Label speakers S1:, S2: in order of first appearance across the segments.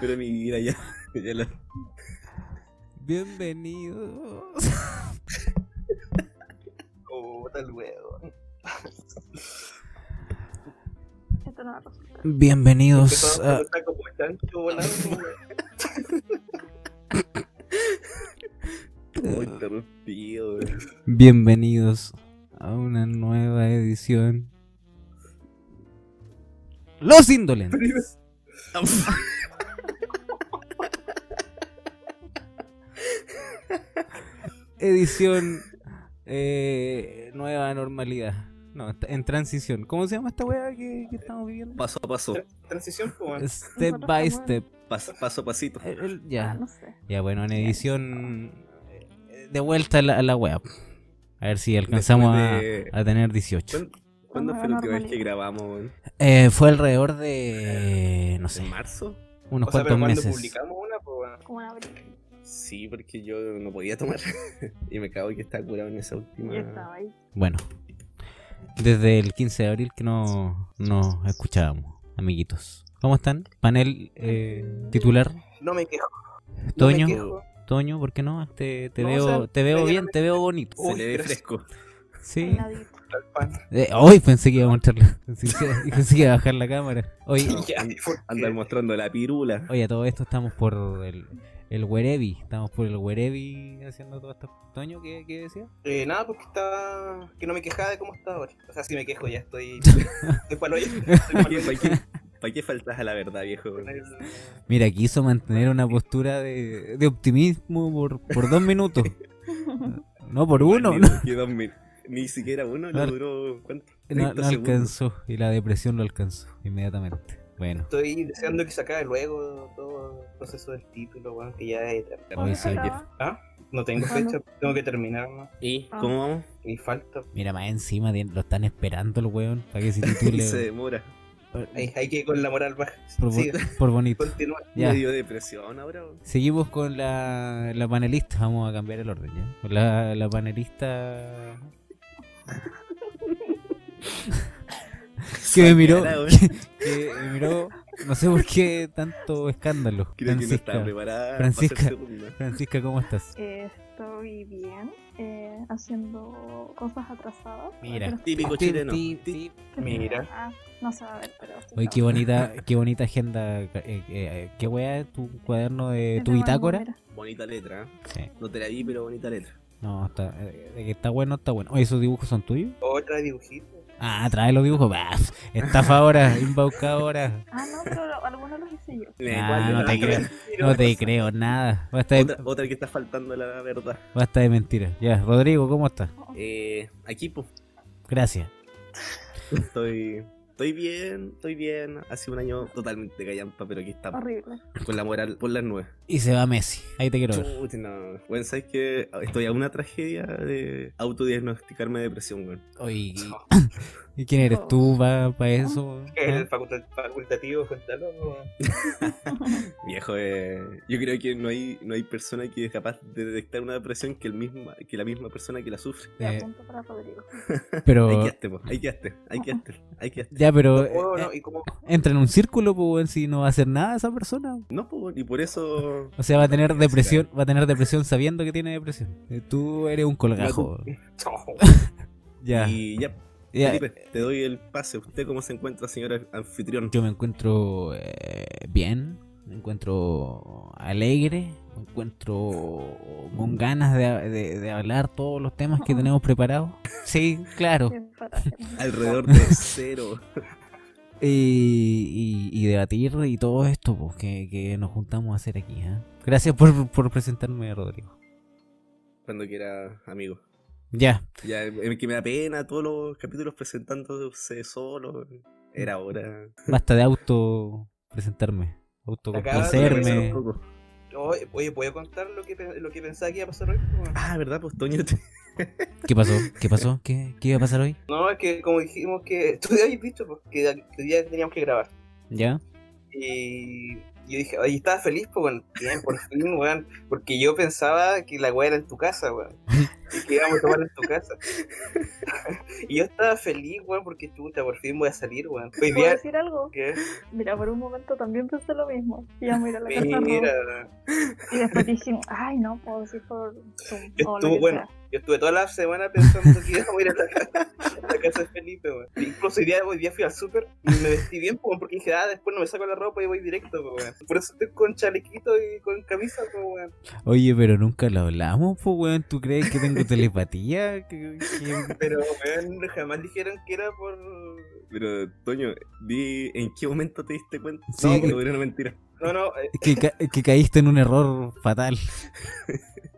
S1: de mi vida ya. Ya la-
S2: Bienvenidos.
S3: Puta el weón.
S4: Esto no va a resultar.
S2: Bienvenidos
S3: Empezó
S2: a...
S3: a estar como chancho volando, weón.
S1: Muy interrumpido, güey.
S2: Bienvenidos a una nueva edición. Los indolentes. Edición eh, nueva normalidad. No, está- en transición. ¿Cómo se llama esta weá que, que estamos viviendo? Eh,
S1: Paso a paso.
S3: Transición, po, weón.
S2: Step by
S4: Nosotros
S2: step.
S1: Paso, paso a pasito.
S2: El- el- ya.
S4: No sé.
S2: Ya, bueno, en edición. eh, De vuelta a la, a la web. A ver si alcanzamos a,
S1: Después de-
S2: a tener 18.
S1: ¿Cuándo, cuándo fue la última vez que grabamos, güey?
S2: Eh, fue alrededor de. No sé,
S1: ¿En marzo?
S2: unos
S3: O sea,
S2: cuantos
S3: pero cuando
S2: meses.
S3: publicamos una, po, weón.
S4: Como una abril.
S1: Sí, porque yo no podía tomar. y me cago que estaba curado en esa última.
S4: Yo
S3: Ah,
S4: estaba ahí.
S2: Bueno, desde el 15 de abril que no nos escuchábamos, amiguitos. ¿Cómo están? Panel eh, titular,
S3: No me quejo. No me
S2: Toño.
S3: quejo.
S2: Toño, ¿por qué no? Te, te
S3: No,
S2: veo,
S3: o sea,
S2: te veo bien,
S3: medianamente-
S2: te veo bonito.
S1: Se
S3: Uy,
S1: le ve
S3: gracias.
S1: fresco.
S2: Sí.
S4: Peinadito.
S3: Al pan.
S2: Eh, hoy pensé que iba a mostrarla. Pensé que- pensé que iba a bajar la cámara. Hoy,
S3: Ya, ¿por
S1: Andar
S3: qué?
S1: mostrando la pirula.
S2: Oye, a todo esto estamos por el, el Werevi. Estamos por el Werevi haciendo todo esto. Toño, ¿qué, qué decía?
S3: Eh, nada, porque estaba. Que no me quejaba de cómo estaba ahora. O sea, si me quejo ya estoy. estoy pa'l hoyo. Estoy
S1: ¿Para
S3: pa'l
S1: qué,
S3: hoyo
S1: para qué- para qué faltas a la verdad, viejo?
S3: con el-
S2: Mira, quiso mantener una postura de, de optimismo por, por dos minutos. No, por uno.
S1: Ni,
S2: No,
S1: ni dos mil- ni siquiera uno,
S2: No.
S1: le duró. ¿Cuánto?
S2: no-
S1: 30
S2: no
S1: segundos.
S2: alcanzó. Y la depresión lo alcanzó inmediatamente. Bueno,
S3: Estoy deseando que se acabe luego todo el proceso del título, weón, que ya es eterno. ¿Ah?
S2: hoy sí.
S4: Ojalá.
S3: No tengo
S4: Bueno.
S3: fecha, tengo que terminar, ¿no?
S1: ¿Y
S4: Ah.
S1: cómo vamos?
S3: Y falta.
S2: Mira, más encima tien- lo están esperando el weón. Para que se
S1: Y se
S2: titule.
S1: demora.
S2: por,
S3: Hay, hay que ir con la moral baja.
S2: por bo-
S3: eh, Siga,
S2: por bonito.
S3: continúa.
S2: Ya.
S1: Me dio depresión ahora. güey.
S2: Seguimos con la, la panelista, vamos a cambiar el orden ya. Con La, la panelista. que me miró,
S1: Cara, güey.
S2: que, que me miró, no sé por qué tanto escándalo.
S1: Creo que no
S2: Francisca,
S1: estaba preparada.
S2: Francisca.
S1: Para hacer segunda.
S2: Francisca, ¿cómo estás?
S4: Eh, Estoy bien. eh, haciendo cosas atrasadas.
S2: Mira.
S1: Típico
S2: Ti,
S1: chileno.
S2: ti,
S1: Ti-
S2: ti.
S4: Pero-
S3: Mira.
S4: Ah, no se va a ver, pero. estoy
S2: Oye, qué
S4: trabajando.
S2: bonita, qué bonita agenda. eh, eh, eh, qué wea tu cuaderno de
S4: Es
S2: tu
S4: de
S2: bitácora.
S4: Manuel,
S1: Bonita letra. ¿eh?
S2: Sí.
S1: No te la vi, pero bonita letra.
S2: No, está, eh, de que está bueno, está bueno. Oye, ¿esos dibujos son tuyos?
S3: Otra dibujito.
S2: Ah, trae los dibujos. Bah, estafa ahora, embauca ahora.
S4: mira. Ah, no, pero lo- algunos los hice yo.
S1: Me da
S2: Ah,
S1: igual,
S2: no
S1: me da
S2: te
S1: igual.
S2: creo. No te creo nada. Basta de,
S1: Otra, otra que está faltando a la verdad.
S2: basta de mentiras. Ya, Rodrigo, ¿cómo estás?
S1: Eh, aquí, pues,
S2: Gracias.
S1: estoy, estoy bien, estoy bien. Hace un año totalmente callampa, pero aquí estamos.
S4: Horrible.
S1: Con la moral por las nubes.
S2: Y se va Messi. Ahí te quiero ver.
S1: Chuta, no. Bueno, sabes que estoy a una tragedia de autodiagnosticarme de depresión, güey.
S2: Oye, ¿y quién eres tú para eso?
S3: El faculta- facultativo frente al otro, weón.
S1: Viejo, eh, yo creo que no hay, no hay persona que es capaz de detectar una depresión que, el misma, que la misma persona que la sufre.
S4: Te
S2: Eh,
S4: apunto para Rodrigo.
S1: Ahí
S2: Pero,
S1: quedaste, po, ahí quedaste, ahí quedaste, ahí quedaste.
S2: ya, pero
S3: Oh,
S2: eh,
S3: no, y como
S2: entra en un círculo, pues, weón, si no va a hacer nada esa persona.
S1: No, po, y por eso...
S2: O sea, va a tener depresión, va a tener depresión sabiendo que tiene depresión. Eh, Tú eres un colgajo. Ya,
S1: Y ya,
S2: ya.
S1: Felipe, te doy el pase. ¿Usted cómo se encuentra, señor anfitrión?
S2: Yo me encuentro eh, bien, me encuentro alegre, me encuentro con ganas de, de- de hablar todos los temas que tenemos preparados. Sí, claro.
S4: Qué paraje, ¿no?
S1: Alrededor de cero.
S2: Y, y- y debatir y todo esto pues, que, que nos juntamos a hacer aquí. ¿eh? Gracias por, por presentarme, Rodrigo.
S1: Cuando quiera, amigo.
S2: Ya,
S1: Ya, eh, que me da pena todos los capítulos presentándose solo. Era hora.
S2: basta de auto presentarme, autocomplacerme.
S1: Un poco.
S3: Oye, oye, ¿puedo contar lo que, pe- lo que pensaba que iba a pasar hoy? weón?
S1: Ah, ¿verdad? Pues Toño, te-
S2: ¿Qué pasó? ¿Qué pasó? ¿Qué, qué iba a pasar hoy?
S3: No, es que como dijimos que. Tú ya habías dicho pues, que que hoy día teníamos que grabar.
S2: ¿Ya?
S3: Y yo dije, oye, estaba feliz, pues, weón. Bien, por fin, weón. Porque yo pensaba que la weá era en tu casa, weón. que íbamos a tomar en tu casa. y yo estaba feliz, weón, porque chuta, por fin voy a salir, weón. Hoy
S4: ¿Puedo
S3: día.
S4: decir algo?
S3: ¿Qué?
S4: Mira, por un momento también pensé lo mismo. Íbamos a ir a la casa de
S3: Mira,
S4: Rob, Y después dije, ay, no, puedo decir por Zoom.
S3: Yo
S4: o lo
S3: estuve-
S4: que
S3: bueno,
S4: sea.
S3: yo estuve toda la semana pensando que íbamos a ir a la, a la casa de Felipe, weón. Incluso hoy día, hoy día fui al súper y me vestí bien, po, weón, porque dije, ah, después no me saco la ropa y voy directo, po, weón. Por eso estoy con chalequito y con camisa, po, weón.
S2: Oye, pero nunca lo hablamos, pues, weón. ¿Tú crees que tengo telepatía? ¿Que- que-
S3: Pero, weón, jamás dijeron que era por.
S1: Pero, Toño, di en qué momento te diste cuenta.
S2: Sí.
S1: No, pero era una mentira.
S3: No, no, eh,
S2: que ca- que caíste en un error fatal.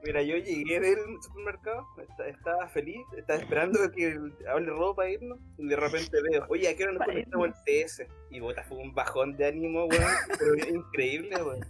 S3: Mira, yo llegué del supermercado, esta- estaba feliz, estaba esperando que hable ropa para irnos, y de repente veo, oye, ¿a qué hora nos
S4: Para
S3: conectamos en TS? Y bota, fue un bajón de ánimo, weón, pero es increíble, weón.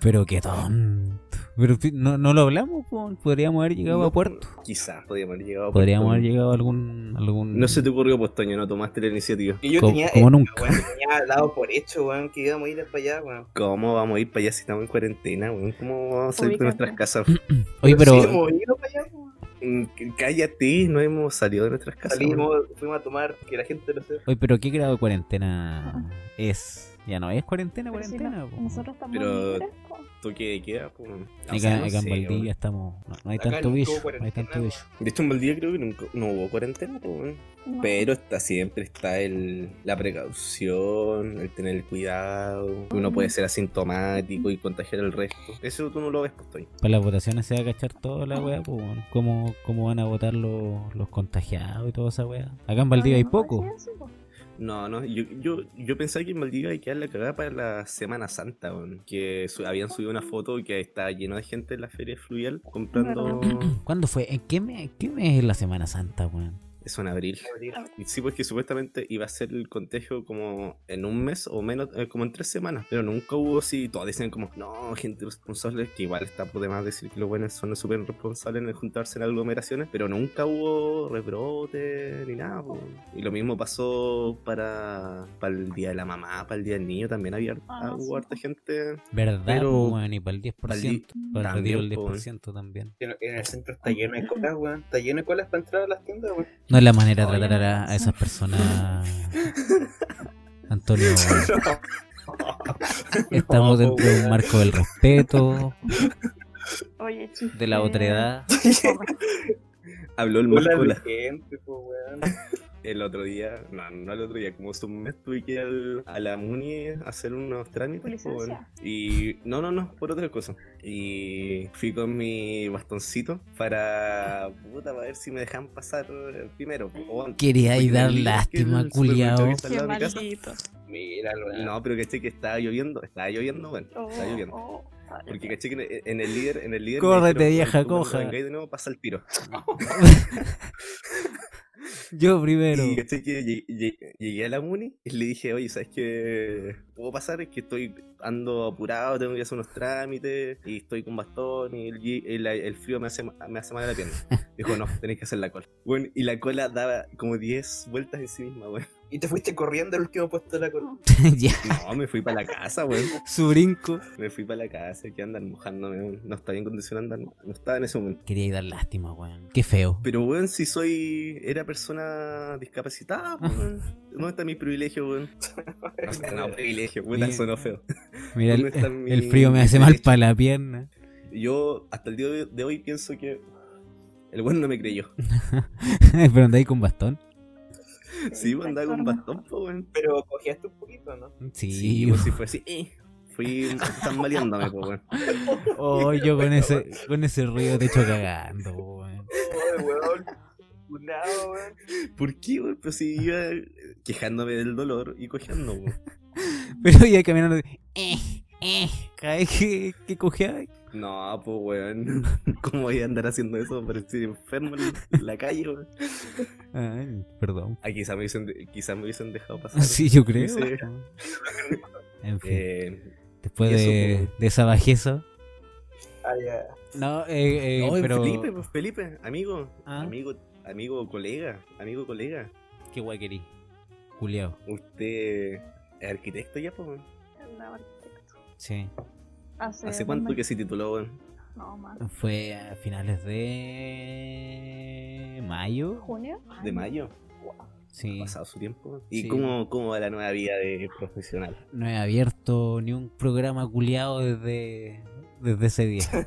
S2: Pero qué tonto. Pero fi- no, no lo hablamos, po. podríamos haber llegado a
S1: No,
S2: puerto.
S1: Quizás podríamos haber llegado. a
S2: Podríamos
S1: Puerto.
S2: haber llegado a algún. algún...
S1: No se te ocurrió, pues, Toño, no tomaste la iniciativa.
S3: Y yo
S2: Co-
S3: tenía,
S2: como
S3: eh,
S2: nunca.
S3: weón, tenía dado por hecho, weón, que íbamos a ir para allá, weón.
S1: ¿Cómo vamos a ir para allá si estamos en cuarentena, weón? ¿Cómo vamos a salir de
S4: Ubícate.
S1: nuestras casas?
S2: Oye, pero.
S3: sí, hemos ido para allá, weón.
S1: Mm, Cállate, no hemos salido de nuestras casas. weón.
S3: Salimos, fuimos a tomar, que la gente no sepa.
S2: Oye, pero ¿qué grado de cuarentena es? Ya no es cuarentena,
S4: Pero si
S2: cuarentena.
S4: no-
S2: po.
S4: nosotros estamos
S1: Pero-
S4: libres, po.
S1: Toque de queda, pues, weón. O sea,
S2: Acá,
S1: no
S2: acá en
S1: sé,
S2: Valdivia
S1: weón.
S2: estamos. No, no hay
S3: Acá
S2: tanto
S3: no
S2: bicho.
S3: hubo
S2: No hay
S3: cuarentena,
S2: tanto bicho.
S1: De hecho, en Valdivia creo que nunca, no hubo cuarentena, pues, weón.
S4: No.
S1: Pero está siempre está el, la precaución, el tener el cuidado, que uno puede ser asintomático y contagiar al resto. Eso tú no lo ves, pues Toño.
S2: Para las votaciones se va a cachar toda la weá, pues, weón. ¿Cómo, ¿Cómo van a votar los, los contagiados y toda esa weá? Acá en Valdivia hay
S4: No,
S2: poco.
S4: sí, sí, po.
S1: No, no, yo, yo, yo pensaba que en Maldivia hay que dar la cagada para la Semana Santa, weón. que su- habían subido una foto que estaba lleno de gente en la feria fluvial comprando...
S2: ¿Cuándo fue? ¿En qué mes, qué mes es la Semana Santa, weón?
S1: Eso en abril. Y Sí, porque supuestamente iba a ser el contagio como en un mes o menos, eh, como en tres semanas. Pero nunca hubo así. Todos decían como, no, gente responsable, que igual está por demás decir que los buenos son súper responsables en el juntarse en aglomeraciones. Pero nunca hubo rebrote ni nada. po. Y lo mismo pasó para, para el día de la mamá, para el día del niño. También había
S4: Ah,
S1: hubo
S4: sí.
S1: harta gente.
S2: ¿Verdad?
S1: Pero-
S2: po, weón? Y para el 10%.
S1: Valdi-
S2: para el retiro del
S1: también, po,
S2: 10% también.
S3: En en el centro está lleno de colas, weón. Está lleno de colas para entrar a las tiendas, weón.
S2: No es la manera de
S4: Oye,
S2: tratar a, a esas personas. Antonio, estamos dentro de un marco del respeto,
S4: Oye, chiste.
S2: de la otredad.
S1: Habló el más
S3: Cola de
S1: cola.
S3: gente, po, weón.
S1: El otro día, no, no el otro día, como hace un mes tuve que ir al- a la MUNI a hacer unos
S4: ¿Tu
S1: trámites.
S4: licencia?
S1: po, bueno. Y no, no, no, por otra cosa. Y fui con mi bastoncito para, puta, para ver si me dejan pasar eh, primero. po, o antes.
S2: Quería
S1: Porque
S2: ir dar
S1: el- que
S2: lástima,
S1: el
S2: culiao.
S1: supermercado que está al
S4: Qué
S1: lado de mi casa-
S4: maldito.
S3: Mira, weón.
S1: No, pero caché que estaba lloviendo, estaba lloviendo, bueno,
S4: Oh,
S1: estaba lloviendo.
S4: oh, ay,
S1: Porque
S4: ay.
S1: caché que en- en el líder, en el líder. me
S2: Córrete,
S1: dijeron,
S2: vieja
S1: "Tú cuando
S2: coja".
S1: vengáis de nuevo, pasa el tiro.
S2: Yo primero.
S1: Y caché que llegué, llegué- llegué a la Muni y le dije, oye, ¿sabes qué? ¿Puedo pasar? Es que estoy ando apurado, tengo que hacer unos trámites y estoy con bastón y el, gui- el- el frío me hace, ma- me hace mal a la pierna. Dijo, no, tenés que hacer la cola. Bueno, y la cola daba como 10 vueltas en sí misma, weón.
S3: Y te fuiste corriendo al último puesto de la cola.
S2: ya,
S1: No, me fui para la casa, weón.
S2: su brinco.
S1: Me fui para la casa, que andan mojándome, weón. No estaba en condición de andar, no estaba en ese momento.
S2: Quería ir dar lástima, weón. Qué feo.
S1: Pero, weón, si soy. Era persona discapacitada,
S2: Ah.
S1: pues, weón. ¿Dónde está mi privilegio, weón? No, sé, no, privilegio, puta,
S2: Bien.
S1: sonó feo.
S2: Mira, el, eh,
S1: ¿dónde están
S2: el
S1: mis-
S2: frío me
S1: mis
S2: hace mal
S1: derechos?
S2: para la pierna.
S1: Yo hasta el día de- de hoy pienso que el weón no me creyó.
S2: Pero andáis con bastón.
S1: Sí, weón, andaba con un
S4: Exacto,
S1: bastón, po, weón.
S3: Pero cogíaste un poquito, ¿no?
S2: Sí,
S1: Sí, pues si fue así, eh, fui están maleándome, po, weón.
S2: Oh, yo con ese, con ese ruido te echo cagando, weón.
S3: Oh, weón. Funado, weón.
S1: ¿Por qué, weón? Pues si iba quejándome del dolor y cojeando, weón.
S2: Pero iba caminando. Eh, eh. Cada vez que, que cojeaba.
S1: No, pues weón, ¿cómo voy a andar haciendo eso? Parecí enfermo en la calle, weón.
S2: Ay, perdón.
S1: Ah, quizás me hubiesen, de- quizá me hubiesen dejado pasar.
S2: Sí, yo creo.
S1: Sí.
S2: En fin,
S1: Eh,
S2: después
S1: y eso,
S2: de,
S1: pues.
S2: de esa bajeza.
S3: Ah, ya.
S2: No, eh, eh,
S1: no,
S2: pero.
S1: Felipe, pues Felipe, amigo,
S2: Ah.
S1: amigo, amigo, colega, amigo, colega.
S2: Qué guay querí. Juliao.
S1: Usted es arquitecto ya, po, weón.
S4: andaba arquitecto.
S2: Sí.
S4: Hace,
S1: ¿Hace cuánto
S4: dos
S1: que se tituló, weón?
S4: meses. No, más.
S2: Fue a finales de mayo.
S4: ¿Junio?
S1: de mayo.
S2: Sí.
S1: Pasado su tiempo. ¿Y
S2: Sí.
S1: cómo, cómo va la nueva vida de profesional?
S2: No he abierto ni un programa culiado desde, desde ese día.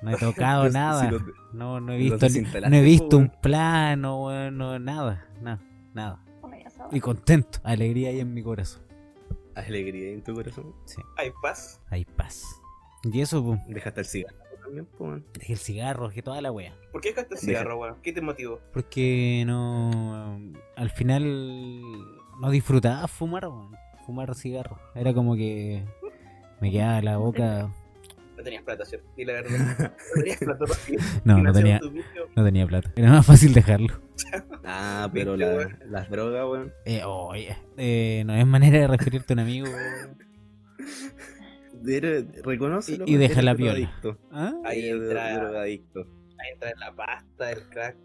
S2: no he tocado
S1: Los-
S2: Ah, nada.
S1: si los-
S2: no, no he
S1: los
S2: visto, ni- no
S1: desinstalaste,
S2: he
S1: po,
S2: visto un
S1: weón.
S2: plano, weón, no, nada, nada, nada.
S4: Bueno, ya sabes.
S2: Y contento, alegría ahí en mi corazón.
S1: Alegría en tu corazón.
S3: Hay paz.
S2: Hay paz. Y eso, pues,
S1: Dejaste el cigarro también, po, weón.
S2: dejé el cigarro, dejé toda la wea.
S3: ¿Por qué dejaste el
S1: Deja.
S3: cigarro, weón? ¿Qué te motivó?
S2: Porque no. Al final. No disfrutaba fumar, weón. Fumar cigarro. Era como que. Me quedaba la boca.
S3: No tenías plata, ¿cierto? Y la verdad. No tenías plata para
S2: No, no tenía, no tenía plata. Era más fácil dejarlo.
S1: Ah, pero
S3: Viste,
S1: la-
S3: weón.
S1: las drogas, weón.
S2: Eh, oye. eh, no es manera de referirte a un amigo, weón.
S1: Eres- reconócelo,
S2: Y- y deja
S1: eres
S2: la piola.
S1: drogadicto.
S2: ¿Ah?
S3: Ahí
S1: Eres dro-
S3: entra-
S1: drogadicto.
S3: Ahí entra la pasta, el crack,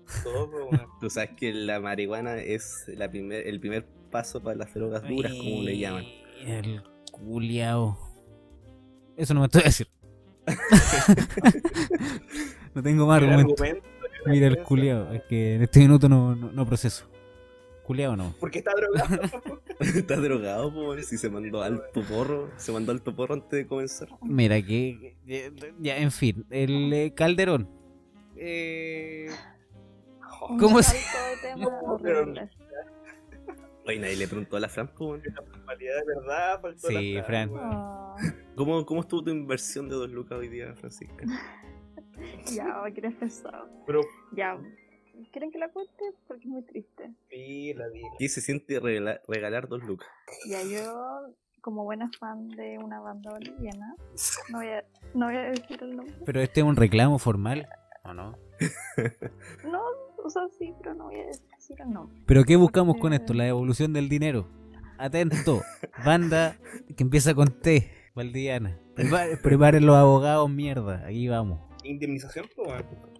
S3: todo, po, weón.
S1: Tú sabes que la marihuana es la primer, el primer paso para las drogas duras, como le llaman.
S2: Ah, El culiao. Eso no me estoy a decir. no tengo más
S3: El
S2: argumento.
S3: argumento.
S2: Mira el
S3: Eso.
S2: culiao, es que en este minuto no, no, no proceso. Culiao no.
S3: Porque está drogado.
S1: Está drogado, po, weón, si se mandó alto porro, se mandó alto porro antes de comenzar.
S2: Mira que. que- Ya, en fin. El eh, Calderón. Eh,
S4: Un
S2: ¿Cómo se-
S4: salto de tema
S3: No, pero-
S4: horrible.
S1: Oye, nadie le preguntó a la Fran, po, weón.
S3: Validad de verdad, faltó
S2: Sí,
S3: la
S2: Fran.
S3: weón.
S4: Ah,
S1: ¿Cómo, ¿Cómo estuvo tu inversión de dos lucas hoy día, Francisca?
S4: ya, ¿qué quieres pensar?
S3: Pero
S4: Ya. ¿Quieren que la cuente? Porque es muy triste.
S3: pila, pila.
S1: ¿Qué se siente regala- regalar dos lucas?
S4: Ya yo, como buena fan de una banda boliviana, no voy a, no voy a decir el nombre.
S2: pero este es un reclamo formal. ¿O no?
S4: No, o sea, sí, pero no voy a decir el nombre.
S2: ¿Pero qué buscamos con esto? La evolución del dinero. Atento. Banda que empieza con T. Valdiana. Prepa- preparen los abogados, mierda. Aquí vamos.
S3: Indemnización, po, weón.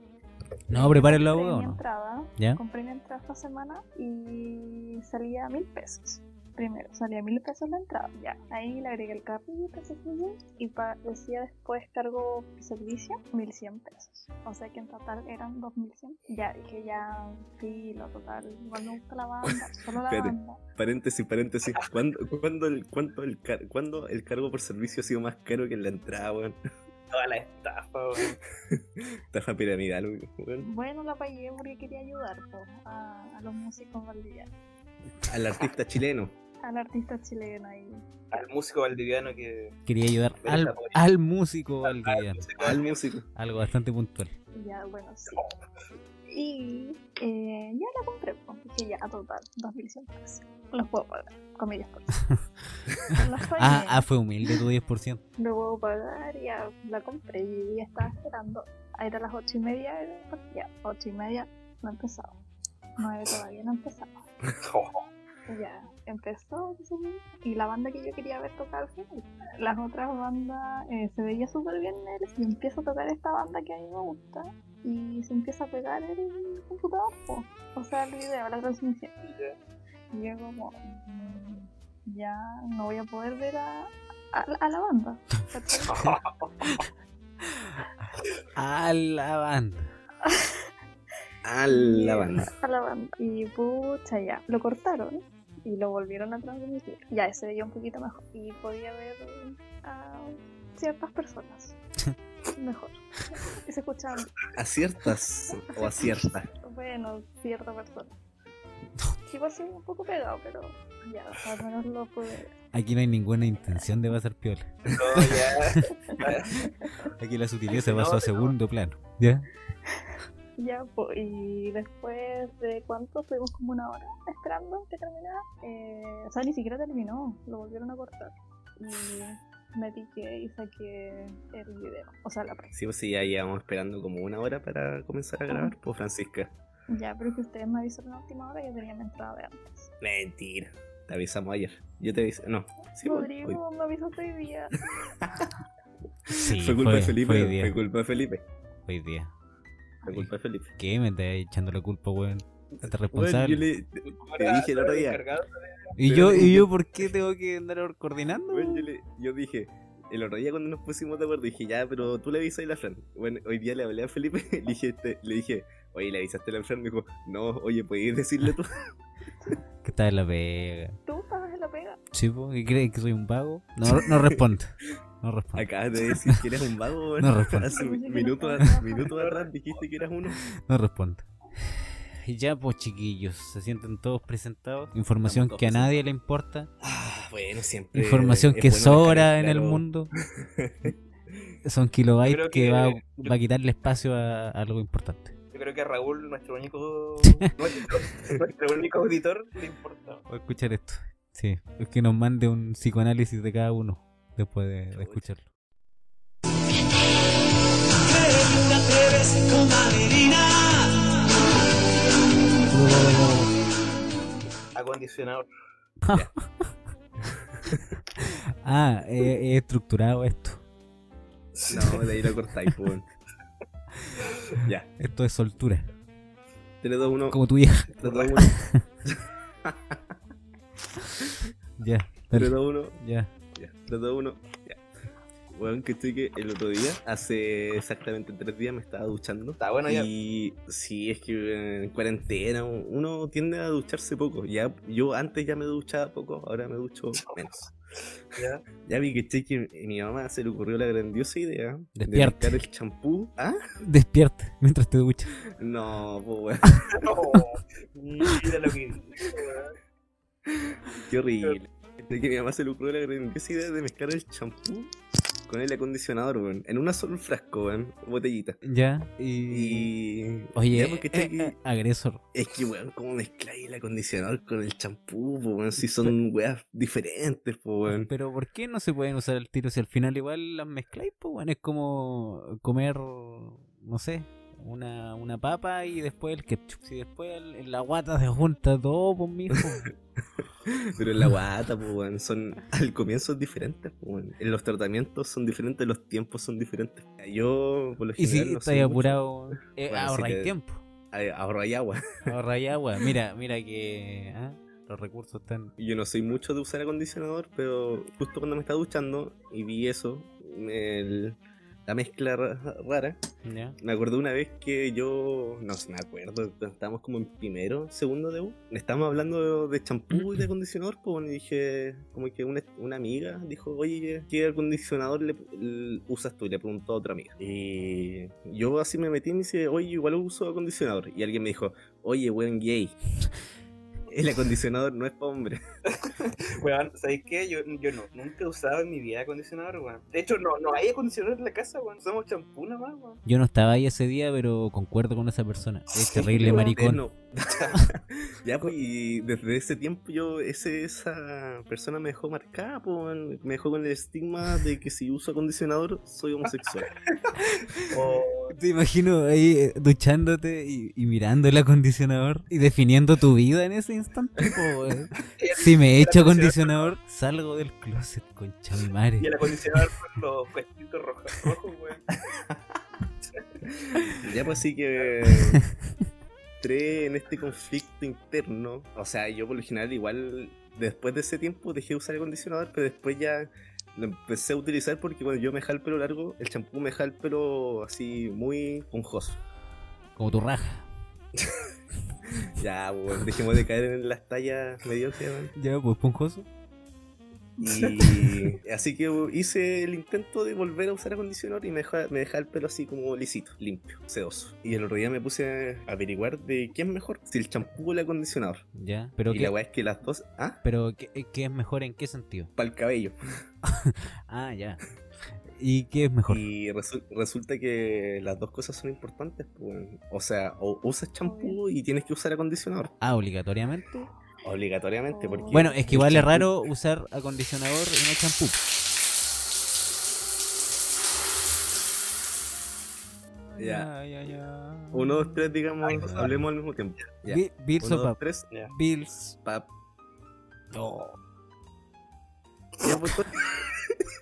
S2: No, preparen los
S4: Compré mi
S2: abogados. ¿no?
S4: entrada,
S2: ¿Ya?
S4: compré mi entrada esta semana y salía a mil pesos. Primero, salía a mil pesos la entrada, ya. Ahí le agregué el carrito, se fue, y pa- decía después cargo servicio, mil cien pesos. O sea que en total eran dos mil cien. Ya dije, ya, filo, total, igual me gusta la banda, solo la
S1: Espérate.
S4: banda.
S1: Paréntesis, paréntesis. ¿Cuándo, cuándo el, cuánto el car- cuándo el cargo por servicio ha sido más caro que en la entrada, weón?
S3: Toda la estafa, weón.
S1: Estafa piramidal, weón.
S4: Bueno, la pagué porque quería ayudar po, a, a los músicos valdivianos,
S1: Al artista chileno.
S4: al artista chileno ahí.
S3: Al músico valdiviano que.
S2: Quería ayudar
S3: Pero
S2: al,
S3: está bueno.
S2: al músico
S1: Ah,
S2: Valdiviano.
S3: músico
S1: Al músico.
S2: Algo bastante puntual.
S4: Ya, bueno, sí. Y eh, ya la compré, pues, dije ya, total, 2.100 pesos. Los puedo pagar, comillas por Los pagué,
S2: Ah, ah, fue humilde tu 10%.
S4: lo puedo pagar, ya la compré y ya estaba esperando. Ah, Era las 8 y media, era- ya, 8 y media, no empezaba. 9 todavía no empezaba.
S3: oh,
S4: Ya, empezó qué sé yo, y la banda que yo quería ver tocar al final. Las otras bandas eh, se veía súper bien él y empieza a tocar esta banda que a mí me gusta y se empieza a pegar el computador, po. o sea, el video, la transmisión. Y yo como, mm, ya no voy a poder ver a, a, la- a la banda. ¿cachai?
S2: A la banda.
S1: A la banda.
S4: A la banda. Y pucha, ya, lo cortaron y lo volvieron a transmitir. Ya, ese veía un poquito mejor y podía ver a ciertas personas. Mejor. Y se escuchaban,
S1: ¿Aciertas o acierta?
S4: bueno, cierta persona. Igual soy un poco pegado, pero ya, al menos lo pude ver.
S2: Aquí no hay ninguna intención de pasar piola.
S3: No, ya.
S2: Aquí la sutileza
S3: No,
S2: pasó a
S3: no.
S2: segundo plano. ¿Ya?
S4: Ya, po, y después de cuánto, estuvimos como una hora esperando que terminara. eh, o sea, ni siquiera terminó, lo volvieron a cortar. Y me piqué y saqué el video, o sea, la prensa.
S1: Sí, pues sí, ya llevamos esperando como una hora para comenzar a grabar, pues Francisca.
S4: Ya, pero es que ustedes me avisaron a última hora y yo tenía mi entrada de antes.
S1: Mentira. Te avisamos ayer. Yo te avisé. No. Sí, pues, hoy.
S4: Rodrigo, me avisaste hoy día.
S2: Sí,
S1: fue culpa de Felipe.
S2: Fue
S1: Fue,
S2: hoy día.
S1: culpa de Felipe.
S2: fue hoy día.
S1: Fue culpa de Felipe.
S2: ¿Qué? Me estás echando la culpa, weón. Estás
S1: Bueno,
S2: responsable.
S1: yo le, te dije el otro día.
S3: Encargado.
S2: ¿Y,
S1: pero-
S2: yo, ¿Y yo por qué tengo que andar coordinando?
S1: Bueno, yo, le- yo dije, El otro día cuando nos pusimos de acuerdo dije, ya, pero tú le avisas a la Fran. Bueno, hoy día le hablé a Felipe, le dije, este- le dije oye, ¿le avisaste a la Fran? Me dijo, no, oye, ¿puedes decirle tú?
S2: ¿Qué tal la pega?
S4: ¿Tú estabas en la pega?
S2: Sí, po, ¿qué crees que soy un vago? No, no respondo. No respondo.
S1: Acabas de decir que eres un vago, weón.
S2: No respondo.
S1: Hace
S4: Parece que no
S1: minutos
S4: estaba.
S1: minutos atrás dijiste que eras uno.
S2: No respondo. Y Ya, pues chiquillos, se sienten todos presentados. Información
S1: Estamos todos
S2: que a nadie le importa.
S1: Ah, Bueno, siempre.
S2: Eh, Información
S1: es
S2: que
S1: bueno
S2: sobra
S1: dejar
S2: en
S1: claro-
S2: el mundo. Son kilobytes
S3: Creo
S2: que,
S3: que-
S2: va, va a quitarle espacio a, a algo importante.
S3: Yo creo que a Raúl, nuestro único, nuestro, nuestro único auditor, le importa.
S2: Voy a escuchar esto. Sí, es que nos mande un psicoanálisis de cada uno después de, de escucharlo.
S3: Acondicionador.
S2: Ah, he, he estructurado esto.
S1: No, de ahí lo cortáis, po, weón. Ya,
S2: Esto es soltura.
S1: 3, 2, 1.
S2: Como tu vieja.
S1: 3, 2, 1.
S2: Ya,
S1: 3,
S2: dale,
S1: 2, 1.
S2: ya.
S1: Ya, 3, 2, 1. Ya. Weón, que estoy que el otro día, hace exactamente 3 días, me estaba duchando.
S3: Está bueno ya.
S1: Y sí, es que eh, en cuarentena uno tiende a ducharse poco. Ya, yo antes ya me duchaba poco, ahora me ducho menos.
S3: ya.
S1: Ya vi que cheque, mi mamá se le ocurrió la grandiosa idea
S2: Despierte.
S1: de buscar el champú. ¿Ah?
S2: Despierta mientras te duchas.
S1: No, pues weón,
S3: No, mira lo que.
S1: qué horrible. De que mi mamá se le ocurrió la grandiosa idea de mezclar el champú con el acondicionador, weón. En una solo frasco, weón. Botellita.
S2: Ya, y.
S1: Y.
S2: Oye,
S1: ya, pues,
S2: eh,
S1: ¿cachai?
S2: eh, agresor.
S1: Es que, weón, ¿cómo mezcláis el acondicionador con el champú, po, weón? Si son weas diferentes, po, weón.
S2: Pero ¿por qué no se pueden usar al tiro si al final igual las mezcláis? Pues bueno, es como comer, no sé, una, una papa y después el ketchup. Si después el- en la guata se junta todo, pues mijo.
S1: Pero en la guata, po, weón, son al comienzo es diferente, po, weón. En los tratamientos son diferentes, los tiempos son diferentes. Yo, por lo
S2: y si
S1: general, no
S2: estáis
S1: soy
S2: apurado, eh,
S1: Bueno, si
S2: ahorráis
S1: te-
S2: tiempo,
S1: mucho- Ay, Ahorráis agua.
S2: ahorráis agua. Mira, mira que ah, los recursos están...
S1: Yo no soy mucho de usar acondicionador, pero justo cuando me estaba duchando y vi eso, el- la mezcla ra- rara,
S2: ¿ya?
S1: Me acuerdo una vez que yo, no sé, me acuerdo, cuando estábamos como en primero, segundo de U, estábamos hablando de champú y de acondicionador, pues, y dije, como que una, una amiga dijo, oye, ¿qué acondicionador le, l- usas tú? Y le preguntó a otra amiga. Y yo así me metí y me dice, oye, igual uso acondicionador. Y alguien me dijo, oye, weón gay, el acondicionador no es para hombre.
S3: Weón, ¿sabéis qué? Yo, yo no, nunca he usado en mi vida acondicionador, weón. De hecho, no, no hay acondicionador en la casa, weón. Usamos champú nada más, weón.
S2: Yo no estaba ahí ese día, pero concuerdo con esa persona. Es terrible
S1: Pero
S2: maricón.
S1: no. "Ah, ya, pues, y desde ese tiempo yo, ese, esa persona me dejó marcada, po, weón. me dejó con el estigma de que si uso acondicionador soy homosexual.
S3: O
S2: Te imagino ahí eh, duchándote y, y mirando el acondicionador y definiendo tu vida en ese instante. po, weón. si me echo acondicionador, salgo del closet, concha mi madre.
S3: y el acondicionador con los cuestitos rojos, rojos, weón.
S1: ya, pues, así que entré en este conflicto interno. O sea, yo por lo general, igual, después de ese tiempo dejé de usar acondicionador, pero después ya lo empecé a utilizar porque cuando yo me dejaba el pelo largo, el champú me dejaba el pelo así muy unjoso.
S2: Como tu raja.
S1: Ya, pues, dejemos de caer en las tallas mediocres, weón.
S2: Ya, pues esponjoso.
S1: Y así que hice el intento de volver a usar acondicionador y me dejaba, me dejaba el pelo así como lisito, limpio, sedoso. Y el otro día me puse a averiguar de quién es mejor, si el champú o el acondicionador.
S2: Ya. Pero,
S1: y la
S2: qué,
S1: weá es que las dos, ah,
S2: pero qué, eh, qué es mejor en qué sentido?
S1: para el cabello.
S2: Ah, ya. ¿Y qué es mejor?
S1: Y resu- resulta que las dos cosas son importantes. pues. O sea, o usas champú y tienes que usar acondicionador,
S2: Ah, obligatoriamente.
S1: obligatoriamente. Porque
S2: Bueno, es que igual
S1: el
S2: es
S1: champú-
S2: raro usar acondicionador y no champú.
S1: Ya.
S2: ya, ya.
S1: Uno, dos, tres, digamos,
S3: Ay, no.
S1: hablemos al mismo tiempo. Ya.
S2: Bi- Bills
S1: Uno,
S2: o
S1: dos,
S2: pap.
S1: tres,
S3: Ya.
S2: Bills.
S1: pap.
S2: No.
S1: Ya, pues,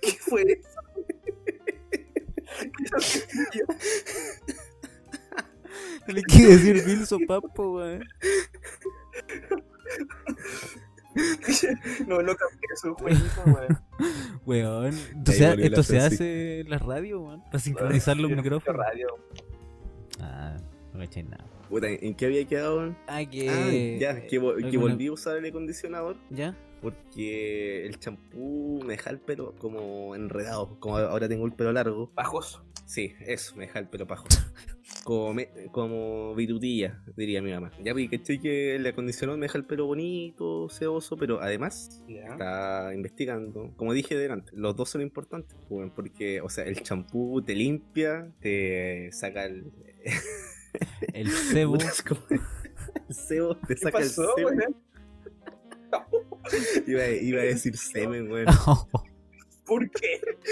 S3: ¿Qué fue eso?
S2: Le quiere decir Bills o papo, weón.
S3: no, no cambié su jueguito, weón.
S2: Weón, entonces,
S1: volvió la
S2: esto se
S1: Francis.
S2: hace en la radio, weón. Para sincronizar los
S3: Era
S2: micrófonos.
S3: radio.
S2: Ah, no me echéis nada.
S1: Puta, ¿en qué había quedado?
S2: Ah, que.
S1: ah, ya, que, vo- que
S2: alguna-
S1: volví a usar el acondicionador
S2: ¿Ya?
S1: porque el champú me deja el pelo como enredado. Como ahora tengo el pelo largo.
S3: Pajoso.
S1: Sí, eso, me deja el pelo pajo. Como, me- como virutilla, diría mi mamá. Ya, porque caché que el acondicionador me deja el pelo bonito, sedoso, pero además
S3: Ya.
S1: está investigando. Como dije delante, los dos son importantes, pues, weón, porque, o sea, el champú te limpia, te saca el.
S2: El cebo.
S1: Puta, es como- el sebo, te
S3: ¿Qué
S1: saca
S3: pasó,
S1: el semen.
S3: weón?
S1: Iba, iba a decir semen, weón.
S3: ¿Por qué?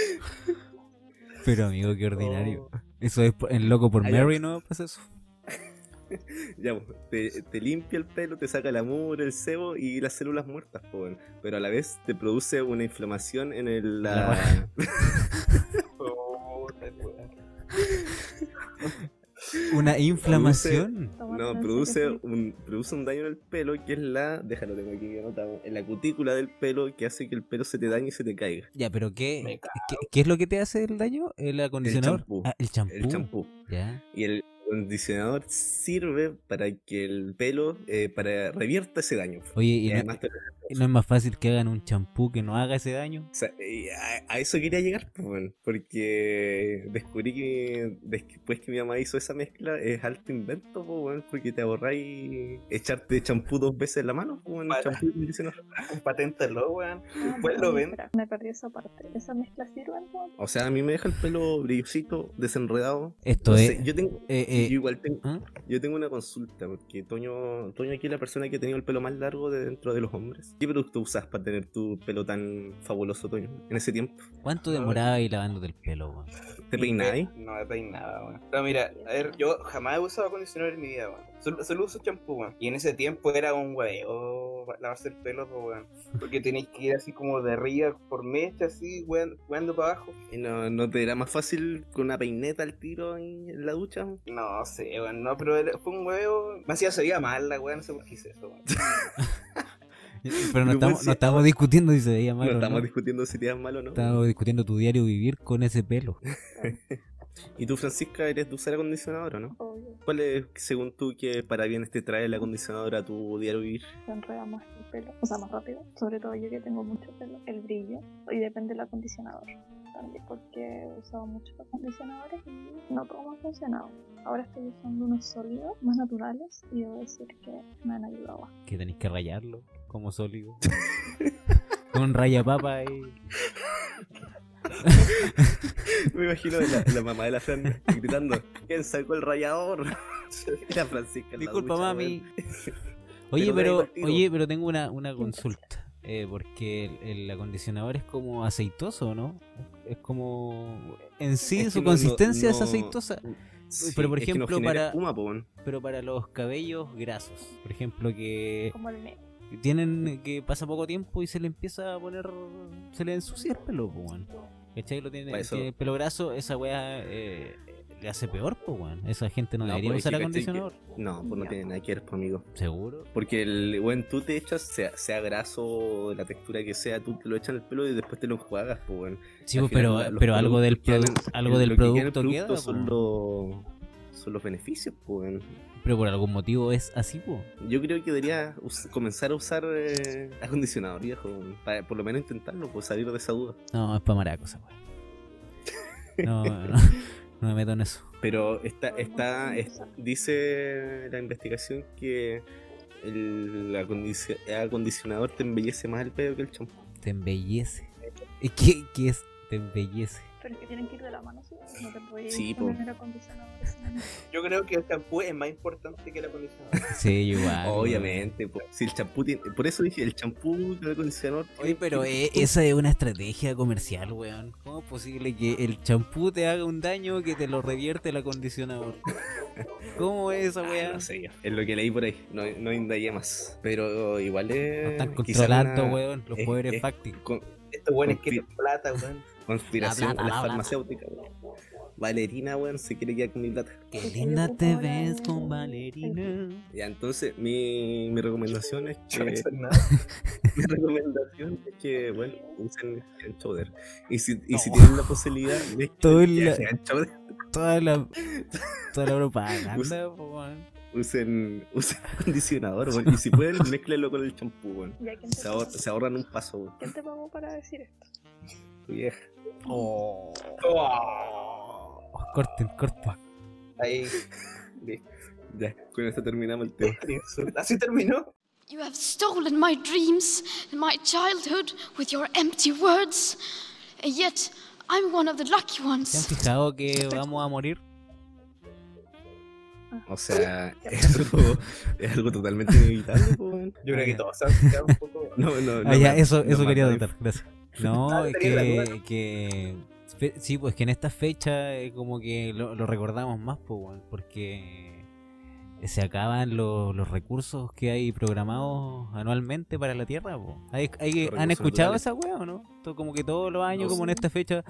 S2: Pero amigo, qué ordinario. Eso es por- en Loco por
S1: Oh. Ay,
S2: Mary, ¿no? Pasa eso.
S1: Ya, po, te, te limpia el pelo, te saca el amor, el sebo y las células muertas, po, weón. pero a la vez te produce una inflamación en el, la,
S3: Oh, puta, weón.
S2: Una inflamación.
S1: no,
S4: Toma Francis,
S1: produce
S4: que sí.
S1: un, produce un daño en el pelo que es la, déjalo tengo aquí anotado, en la cutícula del pelo que hace que el pelo se te dañe y se te caiga.
S2: Ya, pero
S3: Me
S2: ¿qué,
S3: cago.
S2: qué, qué es lo que te hace el daño? ¿El acondicionador?
S1: champú.
S2: Ah, el champú.
S1: El champú.
S2: Ya.
S1: Y el acondicionador sirve para que el pelo eh, para revierta ese daño.
S2: Oye,
S1: Y
S2: ¿y no,
S1: además te-
S2: y no es más fácil que hagan un champú que no haga ese daño?
S1: O sea, y a, a eso quería llegar, pues, weón, porque descubrí que después que mi mamá hizo esa mezcla es alto invento, pues, weón, porque te ahorráis echarte champú dos veces en la mano, pues, weón,
S3: Para.
S1: champú y acondicionador.
S3: Paténtalo, weón. Después
S4: Ah,
S3: lo
S4: no,
S3: ven.
S4: espera, Me perdí esa parte. ¿Esa mezcla sirve entonces?
S1: O sea, a mí me deja el pelo brillosito, desenredado.
S2: Esto
S1: No
S2: es.
S1: sé, yo tengo,
S2: eh,
S1: yo
S2: eh,
S1: igual tengo,
S2: ¿ah?
S1: yo tengo una consulta, porque Toño, Toño aquí es la persona que ha tenido el pelo más largo de dentro de los hombres. ¿Qué producto usas para tener tu pelo tan fabuloso, Toño? En ese tiempo,
S2: ¿Cuánto demoraba ahí lavándote el pelo, weón?
S1: ¿te peináis?
S3: No me peinaba, weón. No, mira, a ver, yo jamás he usado acondicionador en mi vida, weón. Solo, solo uso champú, weón. Y en ese tiempo era un hueveo lavarse el pelo, pues, weón. Porque tenéis que ir así como de arriba por mecha, así, weón, weando para abajo.
S1: ¿Y no, no te era más fácil con una peineta al tiro ahí en la ducha?
S3: No sé, weón, no, pero era- fue un huevo. Me hacía sería mal la weón, no sé por qué hice eso, weón.
S2: Eh, Pero no
S1: Yo
S2: estamos,
S1: pensé-
S2: no estamos discutiendo si se veía mal
S1: no
S2: o
S1: estamos
S2: no.
S1: discutiendo si te das mal o no.
S2: Estamos discutiendo tu diario vivir con ese pelo.
S1: Y tú, Francisca, eres de usar acondicionador, ¿o ¿no?
S4: Obvio,
S1: ¿Cuál es, según tú, que para bien te trae el acondicionador a tu diario vivir?
S4: se enreda más el pelo. O sea, más rápido. Sobre todo yo que tengo mucho pelo. El brillo. Y depende del acondicionador. También porque he usado muchos acondicionadores y no todo me ha funcionado. Ahora estoy usando unos sólidos más naturales y debo decir que me han ayudado bastante.
S2: Que tenéis que rayarlo como sólido. con rayapapa y.
S1: Me imagino la, la mamá de la Fran gritando, ¿quién sacó el rayador? Y la Francisca en la
S2: Disculpa,
S1: ducha,
S2: mami.
S1: weón.
S2: Oye,
S1: Pero
S2: pero,
S1: dale contigo.
S2: oye, pero tengo una, una consulta. eh, porque el, el acondicionador es como aceitoso, ¿no? Es como. En sí,
S1: Es que
S2: su
S1: no- no-
S2: consistencia
S1: no-
S2: es aceitosa.
S1: Sí,
S2: Pero, por
S1: es que no
S2: ejemplo,
S1: genera
S2: para-
S1: espuma, po, weón.
S2: Pero para los cabellos grasos, por ejemplo, que
S4: Como el negro.
S2: tienen que pasa poco tiempo y se le empieza a poner. Se le ensucia el pelo, pues, weón. ¿Cachai? Lo tiene,
S1: Pa' eso-
S2: tiene el pelo graso, esa weá eh, le hace peor, pues, weón. Esa gente no,
S1: No,
S2: debería
S1: pues, es que
S2: usar
S1: cachai que-
S2: acondicionador.
S1: No, pues no
S4: Ya.
S1: tiene nada que ver, po, amigo.
S2: Seguro.
S1: Porque el weón, tú te echas, sea, sea graso, de la textura que sea, tú te lo echan el pelo y después te lo enjuagas, pues, weón.
S2: Sí,
S1: Al final,
S2: pues, pero,
S1: la- los
S2: pero algo del,
S1: productos
S2: produ-
S1: que quedan-
S2: algo
S1: lo
S2: del
S1: que queda en el
S2: producto queda.
S1: producto son,
S2: po.
S1: los, son los beneficios, pues. weón.
S2: Pero por algún motivo es así, po.
S1: Yo creo que debería us- comenzar a usar eh, acondicionador, viejo. weón, Para por lo menos intentarlo, pues salir de esa duda.
S2: No, es para maracos, esa weá. No, no, no me meto en eso.
S1: Pero está, está, es- dice la investigación que el acondici- acondicionador te embellece más el pelo que el champú.
S2: Te embellece. Eh, ¿Qué, qué es? Te embellece.
S4: Pero es que tienen que ir de la mano, ¿sí? No te puedes
S1: Sí, po.
S4: poner el acondicionador. sin-
S3: Yo creo que el champú es más importante que el acondicionador.
S2: Sí, igual.
S1: Obviamente, po. si el champú tiene- por eso dije, el champú, el acondicionador.
S2: weón. Oye, pero
S1: tiene-
S2: eh, esa es una estrategia comercial, weón. ¿Cómo es posible que el champú te haga un daño que te lo revierte el acondicionador? ¿Cómo es esa
S1: Ah,
S2: weá?
S1: no sé yo. Es lo que leí por ahí. No, no indagué más. Pero igual es.
S2: Nos están
S1: quizá
S2: controlando,
S1: una
S2: weón, los
S1: es-
S2: poderes
S1: es-
S2: fácticos.
S1: con-
S3: Estos weones
S1: Confi-
S3: quieren plata, weón.
S1: conspiración
S2: La plata,
S1: de las
S2: la plata.
S1: farmacéuticas. weón. Valerina, weón, se quiere quedar con mi plata.
S2: Qué
S4: Sí,
S2: linda
S4: yo
S2: te
S4: como la-
S2: ves con Valerina.
S1: Ya, entonces, mi, mi recomendación es
S3: Yo no
S1: que.
S3: hice nada.
S1: mi recomendación es que, bueno, usen Head Shoulder. Y si, y si
S2: No.
S1: tienen la posibilidad, de
S2: Todo el-
S1: Head Shoulder,
S2: Toda la. Toda la propaganda, po, weón.
S1: usen, usen acondicionador, weón. Y si pueden, mezclenlo con el champú, weón.
S4: Ya, ¿quién,
S1: Se,
S4: te
S1: ahor-
S4: pagó?
S1: se ahorran un paso, weón.
S4: ¿Quién te pagó para decir esto?
S1: Tu vieja.
S2: Oh,
S3: Oh.
S2: corten, corten.
S3: Ahí.
S1: Ya, con esto terminamos el tema.
S3: Así terminó.
S5: You have stolen my dreams and my childhood with your empty words. And yet, I'm one of the lucky
S2: ¿Se han
S5: ones.
S2: fijado que vamos a morir?
S1: O sea, es algo, es algo totalmente inevitable, po, weón.
S3: Yo creo que todos se han quedado un poco.
S1: No, no, no.
S2: Ah, ya,
S1: me-
S2: eso,
S1: no
S2: eso
S1: me
S2: quería
S1: acuerdo.
S2: tratar, gracias. No,
S3: Ah,
S2: es
S3: tenía la
S2: que, que- fe- Sí, pues que en esta fecha eh, como que lo, lo recordamos más, pues, weón, porque se acaban lo- los recursos que hay programados anualmente para la Tierra, po. Hay- hay-
S1: Los
S2: ¿Han
S1: recursos
S2: escuchado
S1: naturales.
S2: esa weá o no? To- Como que todos los años,
S1: No
S2: como en
S4: sé.
S2: esta fecha,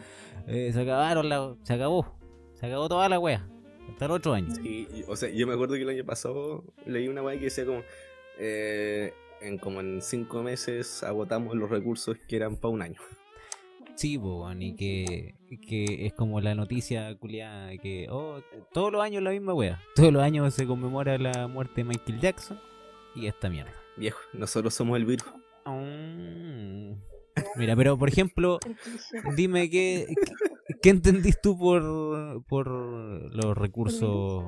S2: eh, se acabaron, la, se acabó. Se acabó toda la weá. Hasta el otro año.
S1: Sí, y- o sea, yo me acuerdo que el año pasado leí una weá que decía como. eh, en como en cinco meses agotamos los recursos que eran para un año.
S2: Sí, po, weón, y que, que es como la noticia culiada de que oh, todos los años la misma wea. Todos los años se conmemora la muerte de Michael Jackson y esta mierda.
S1: Viejo, nosotros somos el virus.
S2: Mm. Mira, pero por ejemplo,
S4: El cliché.
S2: dime qué, qué- qué entendís tú por, por los recursos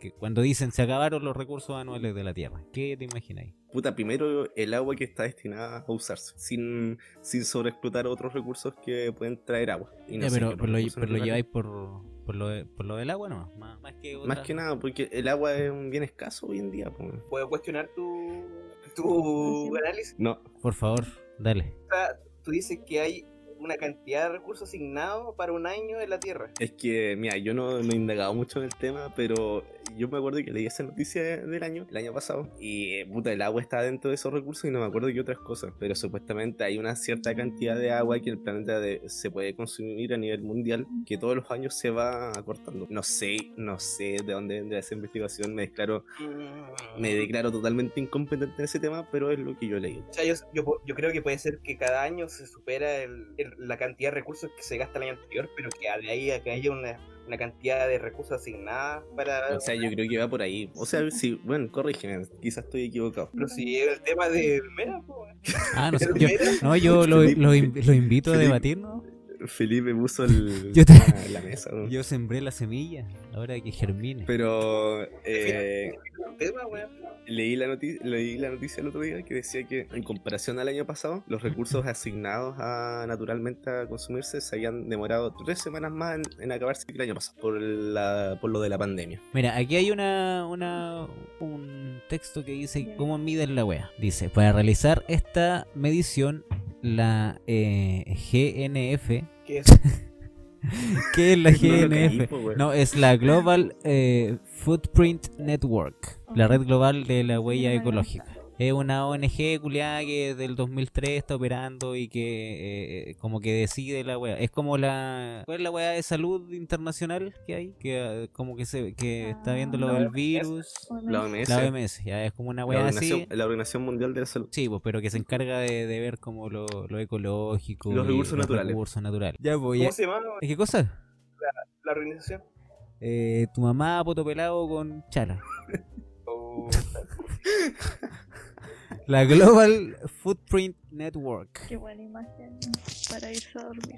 S2: que cuando dicen se acabaron los recursos anuales de la Tierra. ¿Qué te imagináis?
S1: Puta, primero el agua que está destinada a usarse, sin, sin sobreexplotar otros recursos que pueden traer agua. Y no
S2: Ya,
S1: sé
S2: pero,
S1: qué
S2: pero lo,
S1: recursos
S2: pero lo
S1: naturales.
S2: lleváis por, por, lo, de- por lo del agua, ¿no? Más, más que
S1: Más
S2: otra-
S1: que nada, porque el agua es un bien escaso hoy en día. po.
S3: Puedo cuestionar tu, tu análisis.
S1: No,
S2: Por favor, dale.
S3: O sea, tú dices que hay una cantidad de recursos asignados para un año en la Tierra.
S1: Es que, mira, yo no, no he indagado mucho en el tema, pero yo me acuerdo que leí esa noticia de- del año, el año pasado, y eh, puta, el agua está dentro de esos recursos y no me acuerdo qué otras cosas, pero supuestamente hay una cierta cantidad de agua que el planeta de- se puede consumir a nivel mundial, que todos los años se va acortando. No sé, no sé de dónde vendrá esa investigación, me declaro,
S3: Mm.
S1: me declaro totalmente incompetente en ese tema, pero es lo que yo leí.
S3: O sea, yo, yo, yo creo que puede ser que cada año se supera el- el- la cantidad de recursos que se gasta el año anterior, pero que de ahí a que haya una, una cantidad de recursos asignada para...
S1: O sea, yo creo que va por ahí. O sea, sí, bueno, corrígeme, quizás estoy equivocado.
S3: Pero si el tema de... Mira, pues,
S2: Ah, no sé.
S3: el
S2: Yo,
S3: mera,
S2: No, yo lo,
S1: Felipe-
S2: lo inv- lo invito a
S1: Felipe-
S2: debatir, ¿no?
S1: Felipe puso el,
S2: Yo te-
S1: la- la mesa. ¿no?
S2: Yo sembré la semilla, ahora que germine.
S1: Pero eh,
S3: el tema, weón.
S1: leí, la noti- leí la noticia el otro día que decía que en comparación al año pasado, los recursos asignados a naturalmente a consumirse se habían demorado tres semanas más en, en acabarse que el año pasado por, la, por lo de la pandemia.
S2: Mira, aquí hay una, una un texto que dice cómo miden la wea. Dice, para realizar esta medición, la eh, GNF,
S3: Que es
S2: ¿qué es
S1: No
S2: la
S1: lo pues. caí,
S2: GNF?
S1: po, weón.
S2: No, es la Global eh, Footprint Network, la red global de la huella ecológica. Es una ONG culiada que del 2003 está operando y que eh, como que decide la weá. Es como la... ¿Cuál es la weá de salud internacional que hay? Que eh, como que se que está viendo lo
S4: Ah,
S2: del
S3: la
S2: virus.
S1: La OMS,
S2: La
S1: la,
S2: OMS, ya es como una weá
S1: Organización,
S2: así.
S1: la Organización Mundial de la Salud.
S2: Sí, pues, pero que se encarga de, de ver como lo, lo ecológico.
S1: Los
S2: y
S1: recursos naturales.
S2: recursos naturales. Ya, pues,
S3: ¿Cómo
S2: ya.
S3: se llama weón,
S2: ¿Qué cosa?
S3: la organización?
S2: Eh, tu mamá potopelado con chala.
S1: Oh,
S3: O-
S2: La Global Footprint Network.
S4: Qué buena imagen para irse a dormir.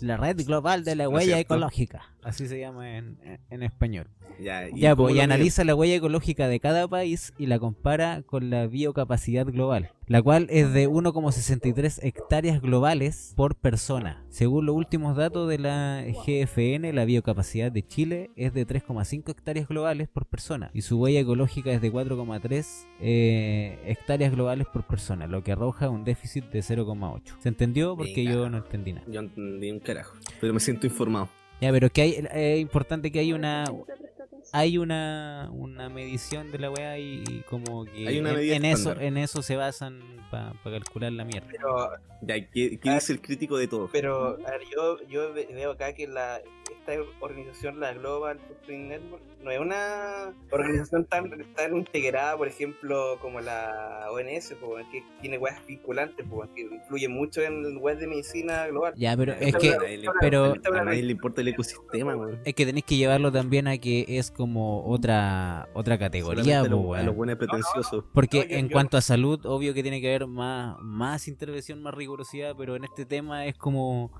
S2: La red global de la
S1: ¿No es
S2: huella
S1: cierto?
S2: ecológica. Así se llama en, en- en español.
S1: Ya,
S2: Ya,
S1: cómo
S2: pues, y
S1: lo
S2: analiza la huella ecológica de cada país y la compara con la biocapacidad global, la cual es de 1,63 hectáreas globales por persona. Según los últimos datos de la GFN, la biocapacidad de Chile es de 3,5 hectáreas globales por persona y su huella ecológica es de 4,3 eh, hectáreas globales por persona, lo que arroja un déficit de 0,8. ¿Se entendió? Porque
S1: Venga.
S2: yo no entendí nada.
S1: miden? Yo entendí un carajo, pero me siento informado.
S2: Ya, pero que hay, es importante que hay una
S4: Siempre presta atención.
S2: hay una, una medición de la weá y, y como que
S1: Hay una
S2: en-
S1: medida
S2: en, eso
S1: estándar.
S2: en eso se basan para calcular la mierda.
S3: Pero,
S1: Ya, ¿qué, qué
S3: Ah.
S1: dice el crítico de todo?
S3: pero a ver, yo, yo ve- veo acá que la, esta organización, la Global Footprint Network, no es una organización tan, tan integrada, por ejemplo, como la ONS, po, que tiene weas vinculantes, po, que influye mucho en web de medicina global.
S2: Ya, pero es
S1: A
S2: que,
S1: nadie le-
S2: pero-
S1: A nadie le importa el ecosistema, weón.
S2: es que tenéis que llevarlo también a que es como otra otra categoría,
S1: Solamente a
S2: po,
S1: los-
S2: weón.
S1: a los buenos pretenciosos.
S2: Porque
S3: No, yo-
S2: en
S3: yo-
S2: cuanto a salud, obvio que tiene que haber más, más intervención, más rigurosidad, pero en este tema es como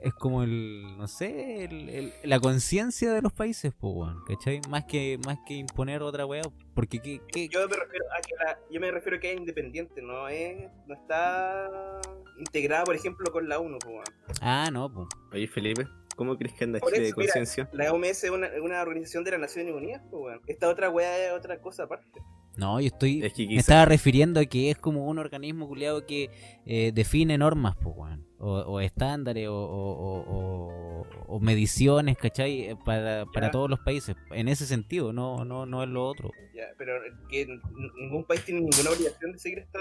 S2: es como el, no sé, el- el- la conciencia de los países, pues, weón, ¿cachai? Más que, más que imponer otra weá, porque ¿qué, qué-
S3: Yo me refiero a que la- yo me refiero a que es independiente, no es, no está integrada, por ejemplo, con la ONU. po, weón.
S2: Ah, no, pues.
S1: Oye, Felipe, ¿cómo crees que anda este
S3: Por
S1: Chile de
S3: eso, mira.
S1: conciencia?
S3: La OMS es una, una organización de las Naciones Unidas. po, weón. Esta otra wea es otra cosa aparte.
S2: No, yo estoy...
S1: Es que
S2: Me
S1: quizás
S2: estaba refiriendo a que es como un organismo culiado que eh, define normas, pues, weón. O, o estándares o, o- o- o- o mediciones, ¿cachai? Eh, Para, para
S3: Ya.
S2: todos los países. En ese sentido, no, no, no es lo otro.
S3: Ya, pero que n- ningún país tiene ninguna obligación de seguir esta,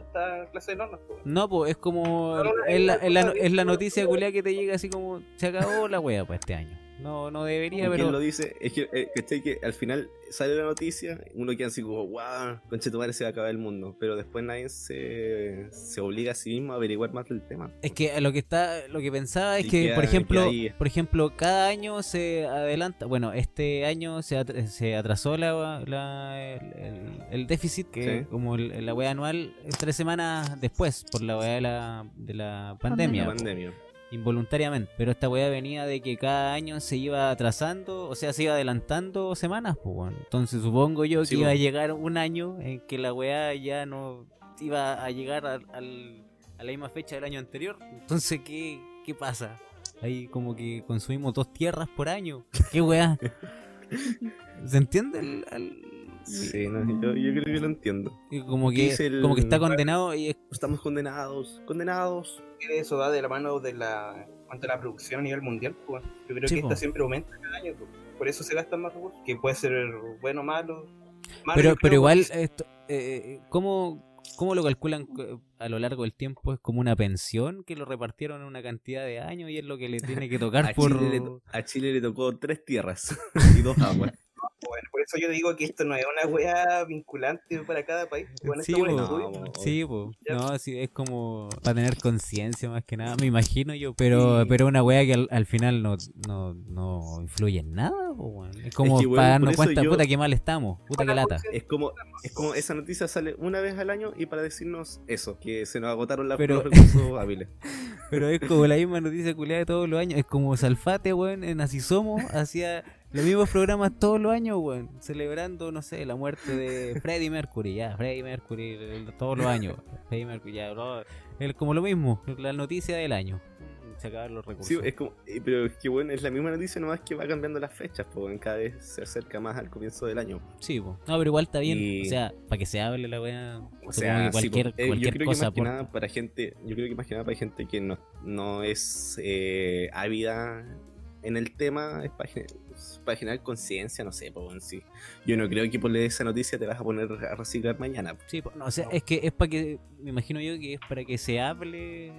S3: esta clase de normas. po, weón.
S2: No, pues es como.
S3: No, no,
S2: Es la,
S3: no,
S2: es la-
S3: no, no,
S2: es la
S3: no,
S2: noticia
S3: no.
S2: culiada que te llega así como. Se acabó la wea para este año. No, no debería,
S1: ¿Quién lo
S2: pero.
S1: dice? Es que, eh, ¿cachai? Que al final sale la noticia, uno queda así como, wow, conche tu madre se va a acabar el mundo. Pero después nadie se, se obliga a sí mismo a averiguar más del tema.
S2: Es que lo que está, lo que pensaba es
S1: Sí,
S2: que,
S1: queda-
S2: por ejemplo,
S1: queda ahí.
S2: por ejemplo, cada año se adelanta. Bueno, este año se, at- se atrasó la, la- el, el- el déficit, que
S1: Sí.
S2: como el- la wea anual, eh, tres semanas después por la wea de la, de la
S1: La
S2: pandemia.
S4: Pandemia.
S1: pandemia.
S2: involuntariamente. Pero esta weá venía de que cada año se iba atrasando, o sea, se iba adelantando semanas, pues weón. Entonces supongo yo
S1: Sí,
S2: que iba a
S1: weón.
S2: llegar un año en que la weá ya no iba a llegar al, al- a la misma fecha del año anterior. Entonces, ¿qué, qué pasa? Ahí como que consumimos dos tierras por año. ¿Qué weá? ¿Se entiende? el- al-
S1: Sí, no, yo, yo creo que lo entiendo.
S2: y Como que,
S1: Dice el-
S2: como que está condenado y es
S1: Estamos condenados, condenados.
S3: Que Eso va de la mano de la, cuanto a la producción a nivel mundial. po, weón. Yo creo
S2: Sí,
S3: que
S2: po.
S3: esta siempre aumenta cada año. po. Por eso se gastan más recursos. Que puede ser bueno o malo. Malo,
S2: Pero,
S3: yo creo,
S2: pero igual,
S3: porque-
S2: esto, eh, ¿cómo, ¿cómo lo calculan cu- a lo largo del tiempo? ¿Es como una pensión que lo repartieron en una cantidad de años y es lo que le tiene que tocar
S1: A
S2: por...
S1: Ah, Chile, le, to- a Chile le tocó tres tierras y dos aguas.
S3: Bueno, por eso yo digo que esto no es una wea vinculante para cada país. Bueno,
S2: Sí,
S3: esto es un
S2: bo.
S3: estudio.
S1: No,
S2: Sí, po.
S3: Ya.
S2: no, sí, es como para tener conciencia más que nada, me imagino yo, pero pero una wea que al, al final no, no, no influye en nada, po, weón. es como
S1: que, weón,
S2: para
S1: por
S2: darnos
S1: eso
S2: cuenta,
S1: yo-
S2: puta, que mal estamos, puta, que lata.
S1: Es como, es como esa noticia sale una vez al año y para decirnos eso, que se nos agotaron las los
S2: Pero-
S1: recursos hábiles.
S2: Pero es como la misma noticia culiada de todos los años. Es como Salfate, weón, en Así Somos, hacía los mismos programas todos los años, weón. Celebrando, no sé, la muerte de Freddie Mercury, ya, Freddie Mercury, el- todos los años. Freddie Mercury, ya, bro. Es como lo mismo, la noticia del año. Se acaban los recursos.
S1: Sí, es como, eh, pero es que bueno, es la misma noticia, nomás que va cambiando las fechas, porque cada vez se acerca más al comienzo del año.
S2: Sí, po. No, pero igual está bien.
S1: Y-
S2: O sea, para que se hable la weá.
S1: O
S2: supongo
S1: sea,
S2: que cualquier,
S1: sí, pues, eh, yo
S2: cualquier
S1: creo que
S2: cosa
S1: más que
S2: por-
S1: nada para gente, yo creo que más que nada para gente que no, no es eh, ávida en el tema, es para, gen- es para generar conciencia, no sé, pues en sí. Yo no creo que por leer esa noticia te vas a poner a reciclar mañana. po.
S2: Sí, po. No, o sea, es que es para que. Me imagino yo que es para que se hable.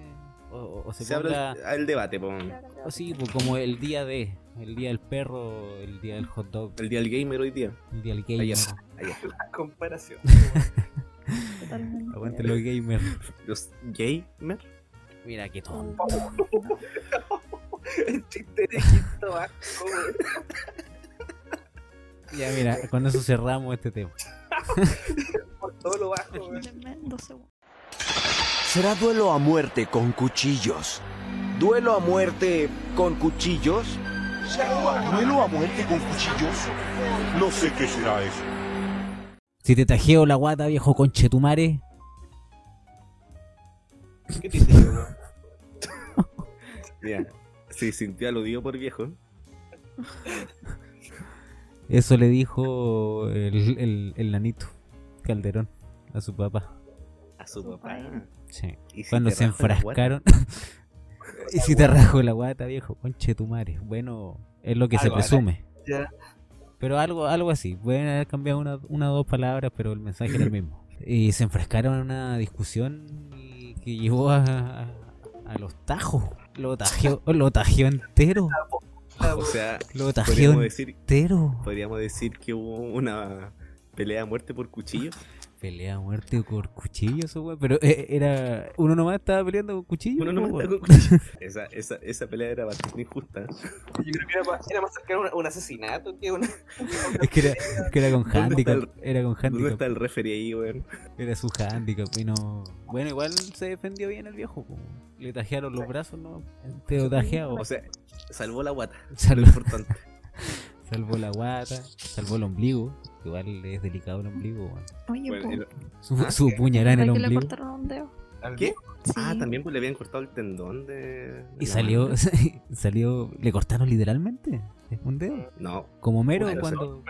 S2: O, o- o se,
S1: Se abre
S2: ponga.
S1: el, al debate, po.
S2: Oh, sí, pues, como el día de, el día del perro, el día del hot dog,
S1: El día del gamer hoy día.
S2: el día del
S1: Ahí
S2: gamer.
S1: es. Allá.
S3: La comparación.
S4: Totalmente.
S2: Aguante los gamers.
S1: Los gamer.
S2: Mira qué tonto.
S3: El chiste de Quinto Vasco, weón.
S2: Ya, mira, con eso cerramos este tema.
S3: Por todo lo bajo, weón.
S4: Tremendo segundo.
S6: Será duelo a muerte con cuchillos. ¿Duelo a muerte con cuchillos?
S7: ¿Duelo a muerte con cuchillos? No sé qué será eso.
S2: Si te tajeo la guata, viejo conchetumare.
S3: ¿Qué te hice yo, weón?
S1: Mira, se sintió aludido por viejo.
S2: Eso le dijo el, el, el nanito Calderón a su papá.
S1: A su papá.
S4: papá.
S2: Sí.
S1: Y si
S2: Cuando
S1: Eh, te
S2: se
S1: rajo la guata,
S2: enfrascaron. y si te rajo la guata, viejo conchetumare. Bueno, es lo que se
S3: Algo,
S2: presume.
S3: Ya.
S2: Pero algo, algo así. Pueden haber cambiado una, una o dos palabras, pero el mensaje era el mismo. Y se enfrascaron en una discusión y- que llevó a, a- a los tajos. Lo tajeó, lo tajeó entero.
S3: Ah,
S1: O sea,
S2: Lo tajé
S1: podríamos decir,
S2: entero.
S1: podríamos decir que hubo una pelea a muerte por cuchillo.
S2: Pelea a muerte por cuchillos, o weón. Pero eh, era. Uno nomás estaba peleando con cuchillos.
S1: Uno no
S2: po,
S1: mata
S2: weón.
S1: con cuchillo. Esa, esa, esa pelea era bastante injusta.
S3: Yo creo que era más, era más cercano a un- a un asesinato que una.
S2: Es que era, es que era con
S1: ¿Dónde está
S2: handicap. Era con
S1: ¿Dónde
S2: handicap.
S1: está el referee ahí, weón?
S2: Era su handicap y no. Bueno, igual se defendió bien el viejo. po. Le tajearon los brazos, ¿no? Entero tajeado.
S1: O sea, salvó la guata. Lo
S2: Salvo,
S1: importante.
S2: salvó la guata, salvó el ombligo. Igual es delicado el ombligo. weón.
S4: Oye,
S1: Bueno,
S4: po,
S1: el-
S2: Su,
S1: Ah,
S2: su
S3: sí.
S2: puñalada en el
S4: ¿verdad que le
S2: ombligo.
S4: cortaron un dedo?
S1: ¿Qué?
S4: Sí.
S1: Ah, también pues, le habían cortado el tendón de. de
S2: Y
S1: la
S2: salió,
S1: mano.
S2: salió. ¿Le cortaron literalmente? ¿Un dedo?
S1: No.
S2: Como mero
S1: Bueno,
S2: cuando.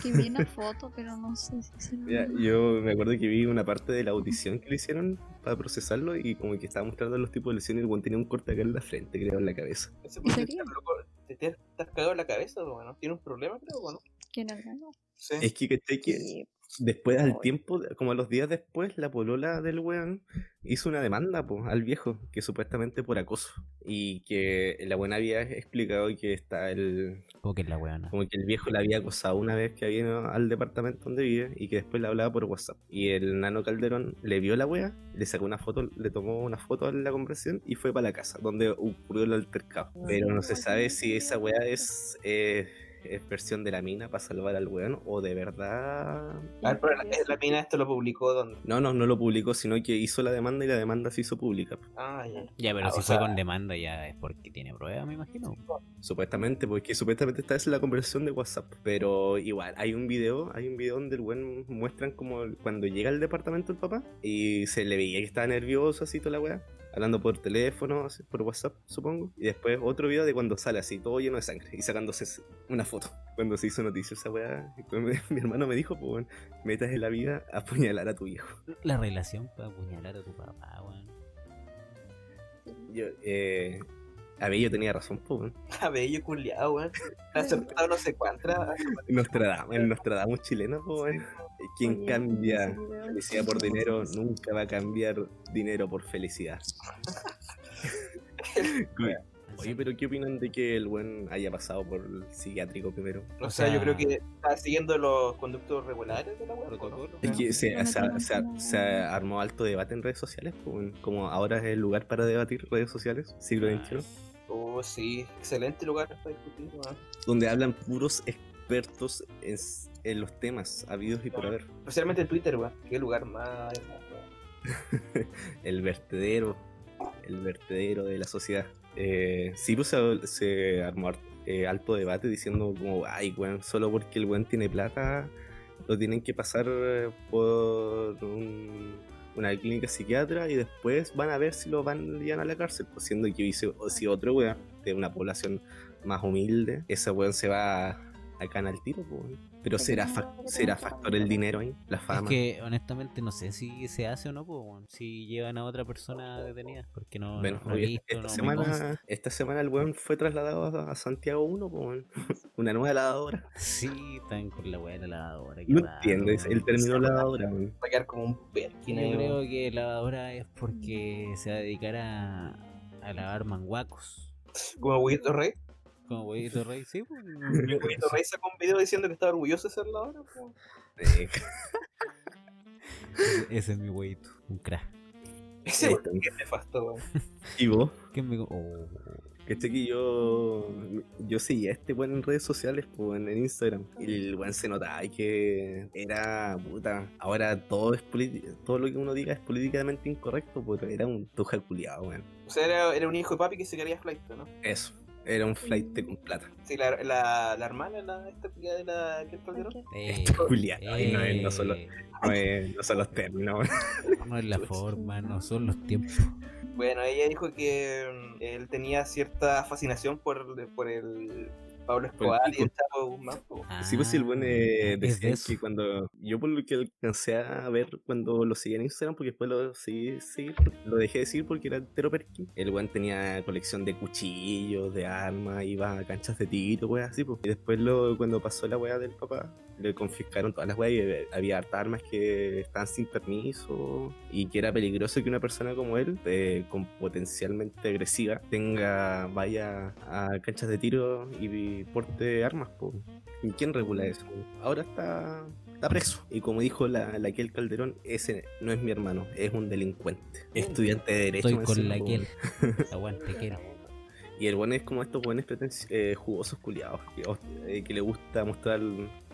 S4: Que vi una foto, pero no sé si sí.
S1: Mira, yo me acuerdo que vi una parte de la audición que le hicieron para procesarlo y como que estaba mostrando los tipos de lesiones y el weón tenía un corte acá en la frente, creo, en la cabeza.
S3: Ese porque
S4: serio?
S3: está loco, te, te has cagado en la cabeza, bueno. Tiene un problema, creo, bueno.
S4: ¿Quién era el ganó?
S3: Sí.
S1: Es que, ¿cachai? Que
S4: Ah, Sí,
S1: después, al
S4: Ay.
S1: tiempo, como a los días después, la polola del weón hizo una demanda po, al viejo, que supuestamente por acoso. Y que la buena había explicado que está el,
S2: Como que es la weona.
S1: Como que el viejo la había acosado una vez que vino al departamento donde vive y que después le hablaba por WhatsApp. Y el nano Calderón le vio la wea, le sacó una foto, le tomó una foto a la conversación y fue para la casa, donde ocurrió el altercado. Pero no se sabe si esa wea es, eh, es versión de la mina para salvar al weón o de verdad.
S3: A ver, pero la, la mina esto lo publicó donde.
S1: No, no, no lo publicó, sino que hizo la demanda y la demanda se hizo pública.
S3: Ah, ya.
S2: Ya, pero
S3: Ah,
S2: si fue
S3: o sea-
S2: con demanda ya es porque tiene prueba, me imagino.
S1: Supuestamente, porque supuestamente esta es la conversación de WhatsApp. Pero igual, hay un video, hay un video donde el buen muestran como cuando llega al departamento el papá y se le veía que estaba nervioso así toda la weá. Hablando por teléfono, así, por WhatsApp, supongo. Y después otro video de cuando sale así, todo lleno de sangre y sacándose s- una foto. Cuando se hizo noticia esa weá, y mi- mi hermano me dijo, pues bueno, metas en la vida a apuñalar a tu hijo.
S2: La relación para apuñalar a tu papá, weón.
S1: Yo, eh, a ver, yo tenía razón, pues bueno.
S3: A ver, yo culiado, weón. Ha acertado no sé cuántas.
S1: Nostradamus, el Nostradamus chileno, pues bueno. ¿Quién
S4: Oye,
S1: cambia?
S4: ese video es
S1: Felicidad por
S4: como-
S1: dinero nunca va a cambiar dinero por felicidad. Oye, pero ¿qué opinan de que el buen haya pasado por el psiquiátrico primero?
S3: O
S2: O
S3: sea, yo
S2: sea-
S3: creo que está siguiendo los conductos regulares de la web.
S1: Protocolo. Es que se,
S4: No, no
S1: se-
S4: tengo
S1: se-
S4: nada.
S1: se armó alto debate en redes sociales, pues, bueno, como ahora es el lugar para debatir redes sociales, siglo XXI,
S3: Oh, sí. Excelente lugar para discutir, weón.
S1: donde hablan puros expertos en, s- en los temas habidos y por haber.
S3: Especialmente en Twitter, weón. Qué lugar más. weón.
S1: el vertedero, el vertedero de la sociedad. Eh, sí, pues se, se armó har- eh, alto debate diciendo como, ay, weón, solo porque el weón tiene plata, lo tienen que pasar eh, por un- una clínica psiquiatra y después van a ver si lo van llevan a la cárcel, pues siendo que hice- o si otro weón de una población más humilde, ese weón se va acá en al tiro, pues, weón. Pero será, fac- será factor el dinero ahí, la
S2: Es
S1: fama.
S2: que honestamente no sé si se hace o no, po, weón. si llevan a otra persona detenida, porque no,
S1: Bueno,
S2: no he
S1: oye,
S2: visto,
S1: esta,
S2: no me consta.
S1: semana, esta semana el weón fue trasladado a, a Santiago 1, po, weón. una nueva lavadora.
S2: Sí, están con la weá de la lavadora. qué
S1: No
S2: raro,
S1: entiendes
S2: weón.
S1: el término lavadora, weón.
S3: Va a quedar como un
S2: Yo
S3: Perkin ahí,
S2: creo
S3: weón.
S2: que lavadora es porque se va a dedicar a, a lavar manguacos.
S3: Como Huguito Rey.
S2: Como huevito rey, sí, po.
S3: Huguito Rey sacó un video diciendo que estaba orgulloso de ser la hora, weón.
S1: Eh,
S2: Ese- Ese es mi huevito, un crack.
S3: Ese weón que es nefasto, weón.
S1: y vos,
S2: ¿Qué me... co- oh.
S1: este que yo, yo seguía a este weón en redes sociales, po, weón, en Instagram. Y el weón se notaba que era puta. Ahora todo es politi- todo lo que uno diga es políticamente incorrecto, pero era un tuja culiado, weón.
S3: O sea, era, era un hijo de papi que se quería flight, ¿no?
S1: Eso, era un flight con plata.
S3: Sí, la, la, la hermana, la, esta tía de la que es Calderón.
S2: Eh,
S1: Culiado, ahí Este no es- no son los-
S2: eh,
S1: No, eh, no son los términos, weón.
S2: no es la forma, no son los tiempos.
S3: Bueno, ella dijo que mm, él tenía cierta fascinación por, por el Pablo
S1: Por el
S3: Escobar y
S1: pico.
S3: estaba Jacobo Guzmán. po.
S1: Sí, pues sí, el buen eh,
S2: Ah, es de
S1: decía
S2: eso.
S1: que cuando. Yo por lo que alcancé a ver cuando lo seguía en Instagram, porque después lo seguí seguir, lo dejé de seguir porque era entero perkin. El buen tenía colección de cuchillos, de armas, iba a canchas de tiro, weas así, pues. Y después lo, cuando pasó la wea del papá, le confiscaron todas las weas y eh, había hartas armas que estaban sin permiso y que era peligroso que una persona como él, eh, con potencialmente agresiva, tenga, vaya a canchas de tiro y, porte armas, pues. ¿Y quién
S2: Mm.
S1: regula eso? Ahora está, está preso. Y como dijo la, la Kiel Calderón, ese no es mi hermano, es un delincuente. Estudiante de Derecho.
S2: Mm. Estoy
S1: me
S2: con
S1: encima,
S2: la
S1: po.
S2: Kiel. Aguante, Kiel.
S1: Y el bueno es como estos buenos pretenci- eh, jugosos culiados, que, os- eh, que le gusta mostrar,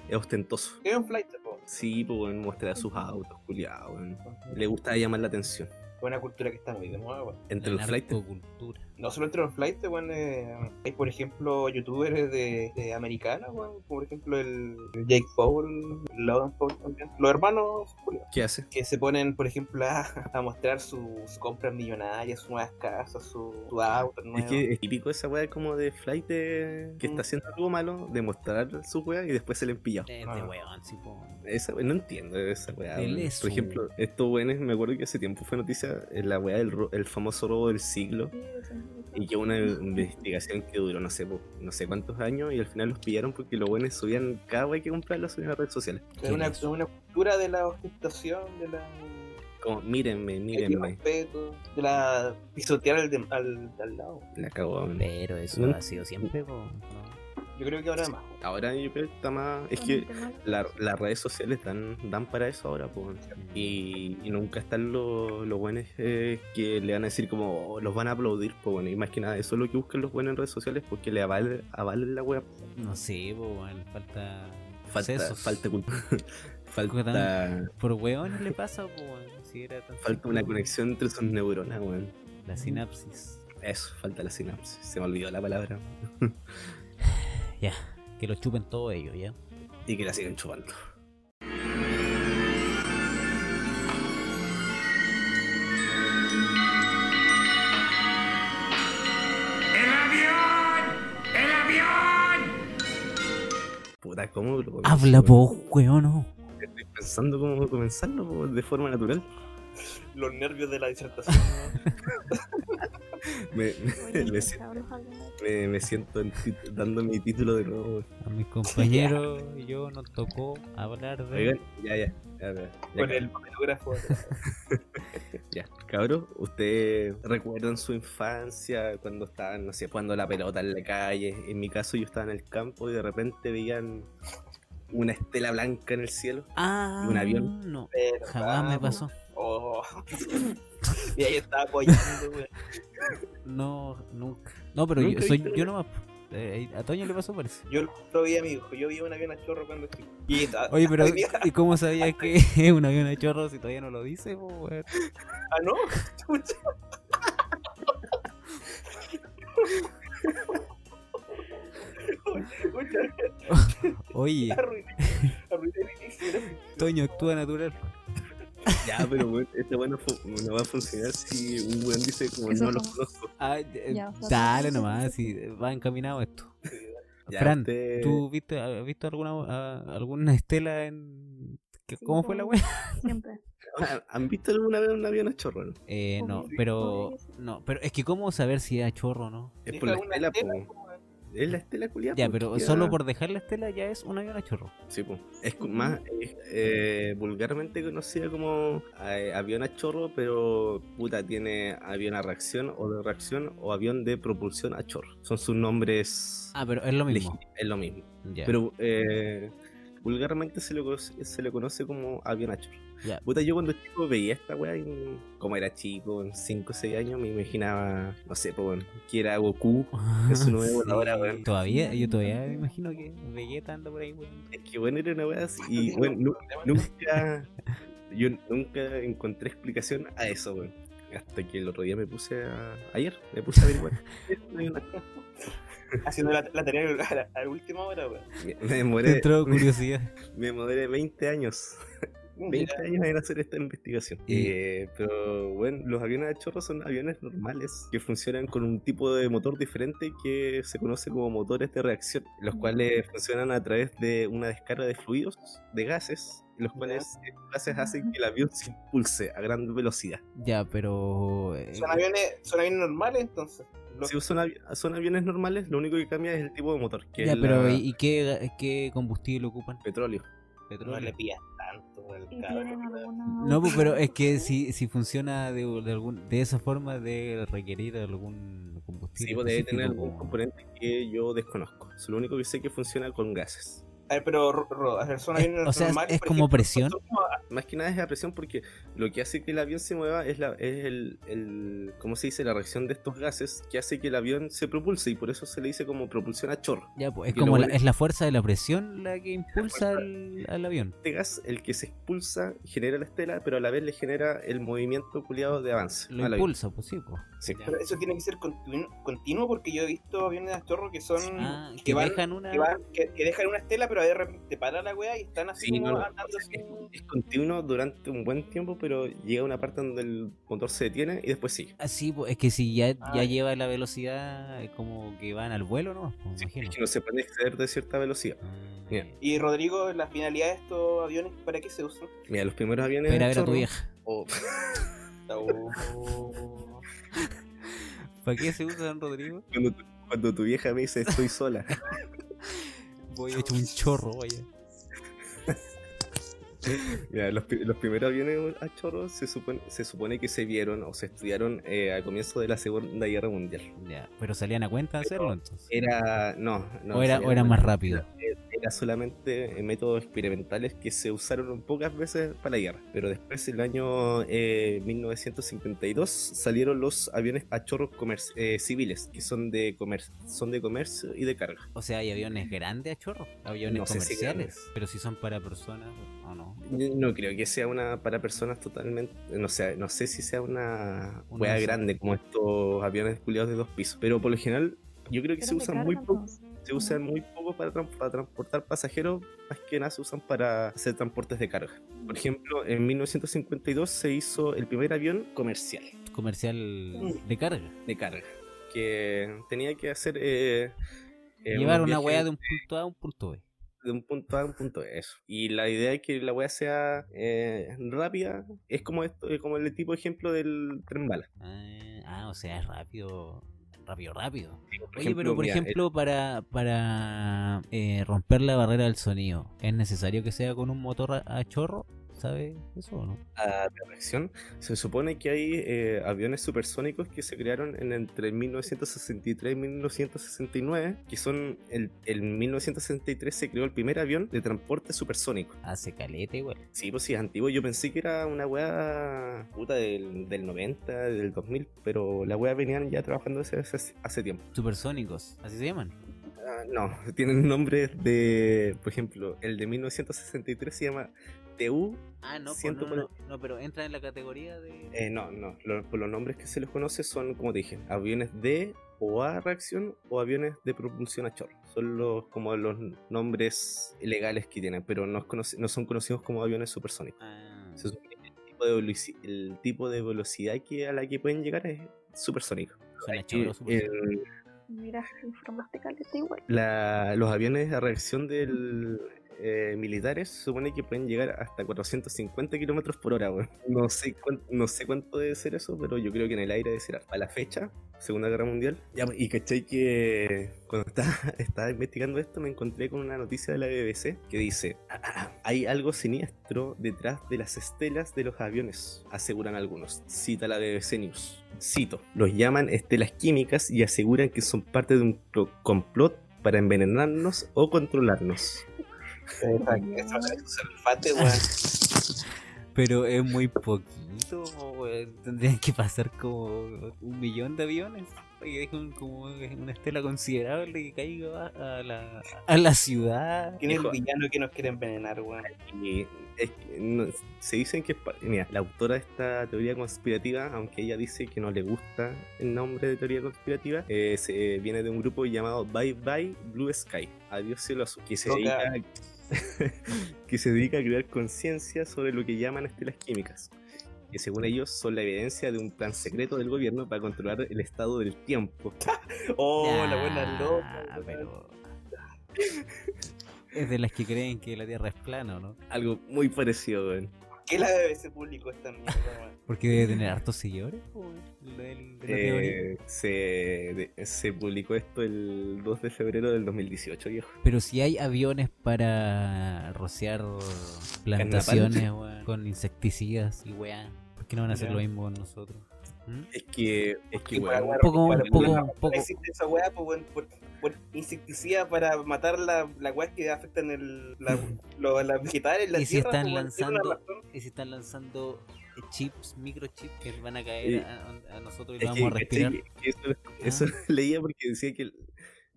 S1: es ostentoso.
S3: Es un flight, po.
S1: Sí, pues bueno,
S2: Mm.
S1: mostrar sus autos culiados. bueno. Le gusta llamar la atención.
S3: Una cultura que está muy de moda, po.
S1: Entre el
S2: La
S1: flight
S2: narcocultura.
S3: No solo entre los flights, weón. eh, hay, por ejemplo, youtubers de, de americanos, weón. Como por ejemplo el Jake Paul, Logan Paul también. Los hermanos, culiao,
S1: ¿qué hace?
S3: que se ponen, por ejemplo, a, a mostrar sus compras millonarias, sus nuevas casas, su, su auto nuevo.
S1: Es que es típico esa weá como de flight de- que
S3: Mm.
S1: está haciendo algo malo, de mostrar su weá y después se le empilla.
S2: Es
S3: Ah.
S2: de Eh, este weón, sí, po.
S1: Esa, no entiendo esa weá.
S2: Él
S1: weón.
S2: es
S1: Por
S2: un-
S1: ejemplo, estos buenos, me acuerdo que hace tiempo fue noticia eh, la weá del ro- el famoso robo del siglo. Y que una investigación que duró no sé, po- no sé cuántos años y al final los pillaron porque los buenos subían cada weá que compraban, la subían a redes sociales.
S3: es
S2: pues.
S3: una, es una cultura de la ostentación, de la.
S1: Como, mírenme,
S3: del
S1: mírenme.
S3: respeto, de la pisotear al, de- al, al lado.
S1: La cago. weón.
S2: Pero eso
S1: No.
S2: ha sido siempre, po.
S3: Yo creo que ahora más.
S1: Ahora yo creo que está más. Es que la- las redes sociales dan, dan para eso ahora, pues. Y, y nunca están los, los buenos eh, que le van a decir como "Oh, los van a aplaudir, pues bueno, y más que nada, eso es lo que buscan los buenos en redes sociales porque le avalen, avalen la web.
S2: No sé, po, weón. Falta.
S1: Falta,
S2: procesos.
S1: falta, cul- falta,
S2: Correcto. Por weón le pasa, po, weón. Si era tan
S1: falta
S2: simple,
S1: una
S2: weón.
S1: conexión entre sus neuronas, weón.
S2: La sinapsis.
S1: Eso, falta la sinapsis. Se me olvidó la palabra.
S2: Ya. Que lo chupen todo ellos, ya.
S1: Y que la sigan chupando. Puta, ¿cómo? lo comienzo,
S2: Habla,
S1: weón?
S2: po, weón, no.
S1: Estoy pensando cómo comenzarlo po, de forma natural.
S3: Los nervios de la disertación. ¿no?
S1: Me, me- me si- me- me siento en tit- dando mi título de nuevo. weón.
S2: A mis compañeros y yo nos tocó hablar de.
S1: Oigan, ya, ya. ya, ya, ya,
S3: Con el papelógrafo.
S1: Ya, cabros, ¿ustedes recuerdan su infancia cuando estaban, no sé, jugando a la pelota en la calle? En mi caso, yo estaba en el campo y de repente veían una estela blanca en el cielo.
S2: Ah,
S1: un avión.
S2: No.
S3: Pero,
S2: Jamás me
S3: vamos.
S2: pasó.
S3: Oh. y ahí estaba apoyando, güey.
S2: No, nunca. No, pero yo,
S1: ¿Nunca
S2: soy,
S1: viste?
S2: yo nomás. po. Eh, a Toño le pasó, parece.
S3: Yo lo vi a mi hijo, yo vi un avión a chorro cuando chico. Y estaba-
S2: Oye, pero
S3: hoy día-
S2: ¿y cómo sabías que es un avión de chorro si todavía no lo dice? po, weón?
S3: Ah, no. Chucha. Oye,
S2: Oye,
S3: arruiné, arruiné el inicio.
S2: Toño actúa natural.
S1: Ya, pero bueno, esta buena fu- no va a funcionar si un buen dice como
S4: Eso
S1: no los
S4: somos.
S1: conozco.
S2: Ah, eh,
S4: Ya, Fran.
S2: dale nomás, si va encaminado esto.
S1: Ya,
S2: Fran,
S1: usted-
S2: ¿tú viste, has visto alguna, a- alguna estela en... que-
S4: Sí,
S2: ¿Cómo fue
S4: po.
S2: la wea?
S4: Siempre.
S1: ¿Han- ¿Han visto alguna vez un avión a chorro? no?
S2: Eh, no,
S4: Obvio,
S2: pero...
S4: obvio que sí.
S2: No, pero es que ¿cómo saber si era chorro o no?
S1: Es
S3: Deja
S1: por la
S3: una
S1: estela,
S3: estela,
S1: po.
S3: po, güey.
S1: Es la estela culiada.
S2: Ya, pero solo por dejar la estela ya es un avión a chorro.
S1: Sí, po. es cu- más eh, eh, vulgarmente conocida como eh, avión a chorro, pero puta tiene avión a reacción o de reacción o avión de propulsión a chorro. Son sus nombres.
S2: Ah, pero es lo mismo.
S1: legítimos, Es lo mismo.
S2: Ya.
S1: Pero eh, vulgarmente se le, conoce, se le conoce como avión a chorro.
S2: Ya.
S1: Puta, yo cuando chico veía esta weá y como era chico, en 5 o 6 años, me imaginaba, no sé, po, weón, que era Goku. Es una nueva voladora, weón.
S2: Todavía, yo todavía me imagino que Vegeta anda por ahí, weón.
S1: Es que bueno, era una weá así. Y bueno, nu- Nunca. Yo nunca encontré explicación a eso, weón. Hasta que el otro día me puse a. Ayer, me puse a averiguar.
S3: Haciendo la, la tarea a la, a la última hora, güey.
S1: Me- me demoré.
S2: Dentro curiosidad.
S1: Me demoré 20 años.
S3: Mira,
S1: 20 años en hacer esta investigación.
S2: Y-
S1: Eh, pero bueno, los aviones a chorro son aviones normales que funcionan con un tipo de motor diferente que se conoce como motores de reacción, los cuales funcionan a través de una descarga de fluidos, de gases, los cuales eh, gases hacen que el avión se impulse a gran velocidad.
S2: Ya, pero. eh,
S3: son aviones, son aviones normales, entonces. Los-
S1: Si son, avi- son aviones normales, lo único que cambia es el tipo de motor, que
S2: ya,
S1: es
S2: pero
S1: la-
S2: ¿y y qué, qué combustible ocupan?
S1: petróleo.
S3: No
S2: Petróleo.
S3: le pillas tanto, güey,
S4: ¿Y
S3: cabrón.
S4: tienen alguna.?
S2: No, pues, pero es que
S4: otra-
S2: si, si funciona de, de, algún, de esa forma de requerir algún combustible.
S1: Sí, pues debe tener
S2: específico,
S1: algún
S2: po.
S1: componente que yo desconozco. Lo único que sé es que funciona con gases.
S3: A ver, pero Ro- Ro, a ver, son
S2: Es-
S3: aviones
S2: o sea, es-
S3: normales,
S2: es
S3: por
S2: como
S3: ejemplo,
S2: presión.
S3: son como-
S1: Más que nada es la presión porque lo que hace que el avión se mueva es, la, es el, el, ¿cómo se dice? La reacción de estos gases que hace que el avión se propulse y por eso se le dice como propulsión a chorro.
S2: Ya, pues es
S1: Y lo
S2: como la,
S1: bueno-
S2: es la fuerza de la presión la que impulsa
S1: fuerza-
S2: al, al avión.
S1: Este gas, el que se expulsa, genera la estela, pero a la vez le genera el movimiento culiado de avance.
S2: Lo
S1: al avión.
S2: impulsa, pues sí, pues.
S1: Sí.
S3: Pero eso tiene que ser continu- continuo porque yo he visto aviones de chorro que son.
S2: Ah,
S3: Mm. que,
S2: que
S3: van-
S2: dejan una.
S3: que van- que- que dejan una estela, pero de repente para la weá y están así
S1: Sí,
S3: como
S1: no, no.
S3: andando así.
S1: Es continuo durante un buen tiempo, pero llega una parte donde el motor se detiene y después sigue.
S2: Así, pues, es que si ya,
S3: Ah,
S2: ya
S3: ya.
S2: lleva la velocidad, es como que van al vuelo, ¿no? Pues,
S1: Sí,
S2: imagino.
S1: es que no se puede exceder de cierta velocidad.
S2: Ah,
S1: Mira.
S3: Y Rodrigo, la finalidad de estos aviones, ¿para qué se usan?
S1: Mira, los primeros aviones.
S2: Para ir a ver a tu
S1: chorro-
S2: vieja.
S1: o-
S2: Oh. ¿Para qué se usa Don Rodrigo?
S1: cuando, tu, cuando tu vieja me dice estoy sola.
S2: Voy hecho un chorro, vaya.
S1: Mira, los, pri- los primeros aviones a chorro se supone, se supone que se vieron o se estudiaron eh, a comienzo de la Segunda Guerra Mundial.
S2: Ya, pero salían a cuenta de hacerlo entonces.
S1: Era. No, no.
S2: o, era,
S1: se
S2: o era
S1: vieron-
S2: más rápido.
S1: Era solamente eh, métodos experimentales que se usaron pocas veces para la guerra. Pero después, en el año eh, 1952, salieron los aviones a chorro comer- eh, civiles, que son de, comer- son de comercio y de carga.
S2: O sea, hay aviones grandes a chorro, aviones
S1: No sé si
S2: comerciales.
S1: grandes.
S2: pero si son para personas o no.
S1: Yo No creo que sea una para personas totalmente. No sé, no sé si sea una
S2: Una
S1: hueá
S2: masa.
S1: grande como estos aviones culiados de dos pisos. Pero por lo general, yo creo que
S4: Pero
S1: se
S4: de
S1: usan
S4: carga,
S1: muy poco.
S4: entonces.
S1: Se usan muy poco para, tran- para transportar pasajeros, más que nada se usan para hacer transportes de carga. Por ejemplo, en 1952 se hizo el primer avión comercial
S2: Comercial de carga.
S1: de carga, que tenía que hacer... eh, eh,
S2: Llevar
S1: unos
S2: una
S1: viajes
S2: weá de un punto A a un punto B.
S1: de un punto A a un punto B, eso. Y la idea es que la weá sea eh, rápida, es como esto, es como el tipo ejemplo del tren bala.
S2: Ah, ah, o sea, es rápido, rápido, rápido.
S1: Por
S2: Oye, pero por
S1: mira, el-
S2: ejemplo, para, para eh, romper la barrera del sonido, ¿es necesario que sea con un motor a, a chorro? ¿Sabe eso o no?
S1: a la reacción, se supone que hay eh, aviones supersónicos que se crearon en entre 1963 y 1969, que son, el, en 1963 se creó el primer avión de transporte supersónico.
S2: Hace caleta igual.
S1: Sí, pues sí, es antiguo, yo pensé que era una weá puta del, del 90, del 2000, pero la weá venían ya trabajando hace, hace, hace tiempo.
S2: Supersónicos, así se llaman.
S1: Ah, no, tienen nombres de, por ejemplo, el de 1963 se llama TU
S2: Ah, no, pues,
S1: Siento
S2: no, no, no, pero entra en la categoría de...
S1: Eh, no, no. Lo- por los nombres que se les conoce son, como te dije, aviones de o a reacción o aviones de propulsión a chorro. Son los como los nombres legales que tienen, pero no, es conoci- no son conocidos como aviones supersónicos.
S2: Ah,
S1: Se supone que el tipo de, veloci- el tipo de velocidad que, a la que pueden llegar es supersónico.
S2: suena chorro,
S1: Y, eh,
S2: supersónico.
S1: el-
S4: Mira, informaste caleta igual.
S1: la- los aviones de reacción del... eh, militares se supone que pueden llegar hasta 450 kilómetros por hora. weón. No, sé cuán- no sé cuánto debe ser eso, pero yo creo que en el aire debe ser harto. a la fecha, Segunda Guerra Mundial. Ya, y cachai que cuando estaba, estaba investigando esto me encontré con una noticia de la BBC que dice, hay algo siniestro detrás de las estelas de los aviones, aseguran algunos. Cita la BBC News. Cito, los llaman estelas químicas y aseguran que son parte de un pro- complot para envenenarnos o controlarnos.
S3: Eso es olfate, weón.
S2: Pero es muy poquito, po, weón. tendrían que pasar como un millón de aviones. y deja un- como una estela considerable que caiga a a la, a la ciudad.
S3: ¿Quién es el
S1: Hijo.
S3: villano que nos quiere envenenar, weón?
S1: Y es que no- se dicen que es pa- mira, la autora de esta teoría conspirativa, aunque ella dice que no le gusta el nombre de teoría conspirativa, eh, se- viene de un grupo llamado Bye Bye Blue Sky, Adiós Cielo Azul, que se,
S3: Loca.
S1: dedica, a- que se dedica a crear conciencia sobre lo que llaman estelas químicas, que según ellos son la evidencia de un plan secreto del gobierno para controlar el estado del tiempo.
S3: Oh,
S2: Ya,
S3: la buena loca. weón.
S2: pero- Es de las que creen que la Tierra es plana, ¿o ¿no?
S1: Algo muy parecido, weón.
S3: ¿Qué la debe ser público esta mierda, weón?
S2: Porque debe tener hartos seguidores. po, lo del- de la teoría.
S1: Eh, se, de- se publicó esto el 2 de febrero del 2018, viejo.
S2: Pero si hay aviones para rociar plantaciones weón, con insecticidas y weá, ¿por qué no van a hacer
S1: Ya.
S2: lo mismo con nosotros? ¿Mm?
S1: Es que, es que,
S3: Para,
S1: weón,
S3: weón,
S2: poco-
S3: para-
S2: un poco-
S3: para-
S2: un poco-
S3: Existe esa weá, pues, weón, por, por insecticida para matar la, la weá que afectan el, la, lo- las vegetales, la
S2: Y si
S3: tierra,
S2: están
S3: pues, weón, tiene una
S2: lanzando-
S3: razón.
S2: Y si están lanzando eh, chips, microchips que van a caer
S1: Eh,
S2: a, a nosotros y
S1: es
S2: vamos
S1: que-
S2: a respirar. Ah.
S1: ¿cachai? Que eso, eso leía porque decía que, el-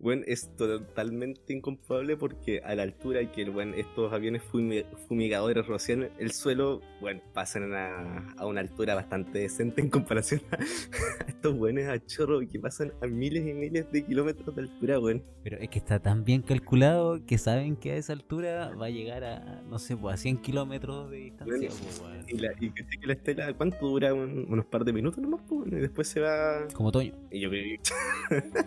S1: weón, es totalmente incomparable porque a la altura que, el weón, estos aviones fumi- fumigadores rocian el suelo, bueno, pasan a, a una altura bastante decente en comparación a, a estos weones a chorro que pasan a miles y miles de kilómetros de altura, weón.
S2: Pero es que está tan bien calculado que saben que a esa altura va a llegar a, no sé, pues a 100 kilómetros de distancia.
S1: Bueno,
S2: po, weón.
S1: Y, la, y caché que la estela, ¿cuánto dura? Un- unos par de minutos nomás, pues, y después se va.
S2: Como Toño.
S1: Y yo creo que-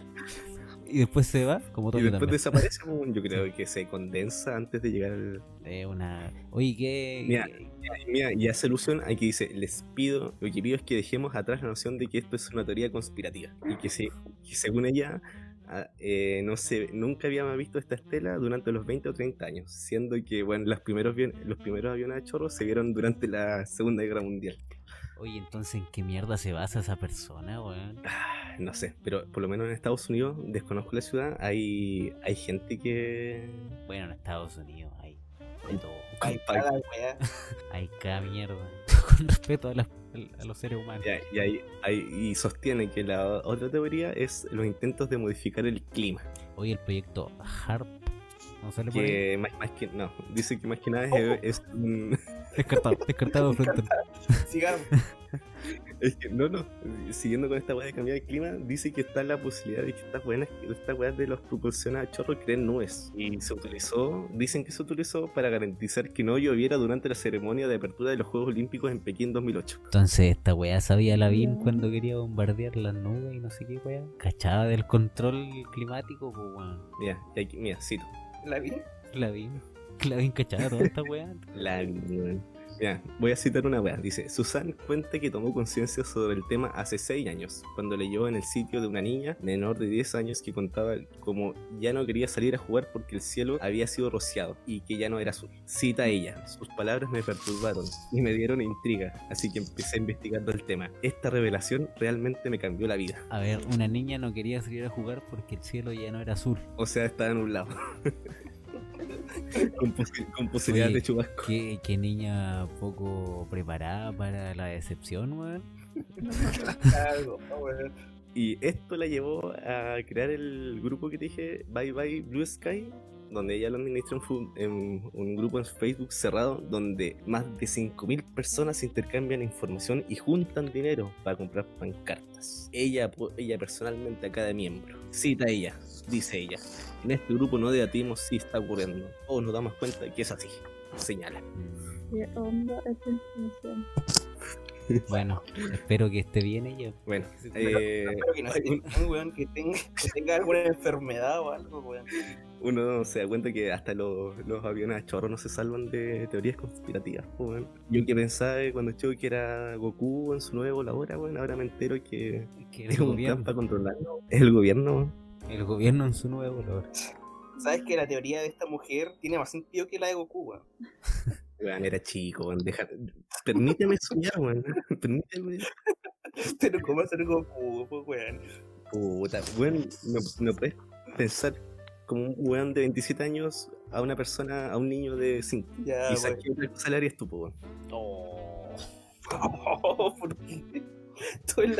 S2: Y después se va, como
S1: y
S2: Toño
S1: después
S2: también.
S1: desaparece, pues, yo creo que se condensa antes de llegar al.
S2: Eh, una... Oye, ¿qué?
S1: Mira,
S2: qué-
S1: Mira, y hace alusión a que dice: Les pido, lo que pido es que dejemos atrás la noción de que esto es una teoría conspirativa. Y que, se, que según ella, a- eh, no se, nunca habíamos visto esta estela durante los 20 o 30 años. Siendo que, bueno, los primeros, avion- los primeros aviones a chorro se vieron durante la Segunda Guerra Mundial.
S2: Oye, entonces, ¿en qué mierda se basa esa persona, weón?
S1: no sé, pero por lo menos en Estados Unidos, desconozco la ciudad, hay, hay gente que...
S2: Bueno, en Estados Unidos hay de todo.
S3: Ay,
S1: Compa-
S3: cada weá.
S2: Hay cada mierda. Con respeto a, las- a los seres humanos.
S1: y, hay- y hay- hay- y sostiene que la otra teoría es los intentos de modificar el clima.
S2: Oye, el proyecto HARP. No sale por ahí. Oh.
S1: Que más, más que... No, dice que más que nada es, es un-
S2: Descartado, descartado frente.
S3: Sigamos.
S1: es que- no, no, siguiendo con esta weá de cambiar el clima, dice que está la posibilidad de que estas weas, estas weas de los propulsiones a chorro creen nubes. Y se utilizó, dicen que se utilizó para garantizar que no lloviera durante la ceremonia de apertura de los Juegos Olímpicos en Pekín 2008.
S2: Entonces, esta weá sabía la BIM
S4: Ya.
S2: cuando quería bombardear las nubes y no sé qué weá. Cachaba del control climático, pues weón.
S1: Mira, y aquí- mira, cito.
S3: ¿La vi?
S2: La BIM. La BIM cachaba toda esta weá.
S1: La... Mira, voy a citar una weá. Dice, Susan cuenta que tomó conciencia sobre el tema hace 6 años, cuando leyó en el sitio de una niña menor de 10 años que contaba como ya no quería salir a jugar porque el cielo había sido rociado y que ya no era azul. Cita ella, sus palabras me perturbaron y me dieron intriga, así que empecé investigando el tema. Esta revelación realmente me cambió la vida.
S2: A ver, una niña no quería salir a jugar porque el cielo ya no era azul.
S1: O sea, estaba nublado. con, posi- con posibilidad
S2: Oye,
S1: de chubasco.
S2: ¿Qué, qué niña poco preparada para la decepción, weón.
S3: Algo, oh, weón.
S2: Eh.
S1: Y esto la llevó a crear el grupo que te dije, Bye Bye Blue Sky, donde ella lo administra en, fu- en un grupo en Facebook cerrado, donde más de 5.000 personas intercambian información y juntan dinero para comprar pancartas. Ella, apo- ella personalmente a cada miembro. Cita ella, dice ella. En este grupo no debatimos si está ocurriendo. Todos nos damos cuenta de que es así. Señala.
S2: Mm,
S4: ¿Qué onda esta información?
S2: Bueno, espero que esté bien ella.
S1: Bueno,
S3: Pero-
S1: eh,
S3: Espero que no sea ningún weón que tenga, que tenga alguna enfermedad o algo, weón.
S1: uno se da cuenta que hasta los, los aviones a chorro no se salvan de teorías conspirativas, po, weón. Yo que pensaba eh, cuando chico que era Goku en su nuevo voladora, weón, ahora me entero que
S2: Que el,
S1: es un plan para
S2: gobierno,
S1: controlarlo. Es el gobierno, weón.
S2: el gobierno en su nuevo color.
S3: Sabes que la teoría de esta mujer tiene más sentido que la de Goku, weón.
S1: Weón, era chico, weón. deja- Permíteme soñar, weón. Permíteme.
S3: Pero cómo hacer Goku, pues, weón.
S1: Puta, weón, no, no puedes pensar como un weón de 27 años a una persona, a un niño de 5.
S2: Ah,
S3: Ya,
S1: Quizás
S3: weón.
S1: que otra cosa le harías tú, po, weón.
S3: Oh, ¿Por qué? Todo el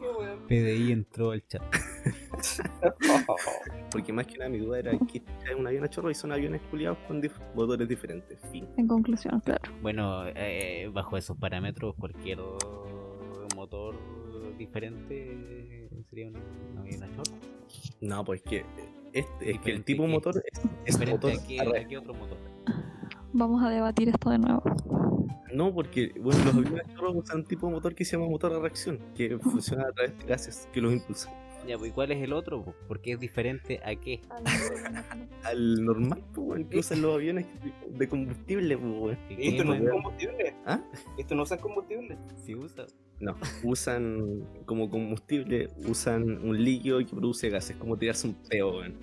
S3: weón.
S2: PDI entró al chat.
S1: Porque más que nada mi duda era que es un avión a chorro y son aviones culiados con dif- motores diferentes. Fin.
S4: En conclusión, claro.
S2: Bueno, eh, bajo esos parámetros, cualquier motor diferente eh, sería una, una bien chorro.
S1: No, pues que este, es que el
S2: Diferente
S1: tipo
S2: que-
S1: motor es, es
S2: Diferente
S1: motor
S2: a qué,
S1: a
S2: a
S1: red.
S2: qué otro motor.
S4: Vamos a debatir esto de nuevo.
S1: No, porque bueno, los aviones a chorro usan un tipo de motor que se llama motor a reacción, que funciona a través de gases que los impulsan.
S2: Ya, pues, ¿y cuál es el otro? po? ¿Por qué es diferente a qué?
S1: Al normal, pues, weón, que usan los aviones de combustible, pues, weón.
S2: ¿Y
S3: Esto
S2: qué
S3: no
S2: más
S3: es combustible.
S1: ¿Ah?
S3: Esto no usa combustible.
S2: se usa?
S1: No, usan como combustible, usan un líquido que produce gases, como tirarse un peo, weón.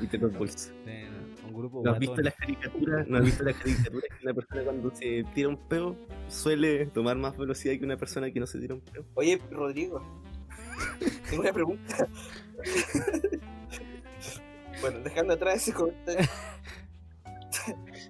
S1: Y te lo expulsa.
S2: Eh, Un grupo
S1: ¿No has visto
S2: guatón.
S1: las caricaturas? ¿No has visto las caricaturas que una persona cuando se tira un peo suele tomar más velocidad que una persona que no se tira un peo?
S3: Oye, Rodrigo. Tengo una pregunta. bueno, dejando atrás ese comentario.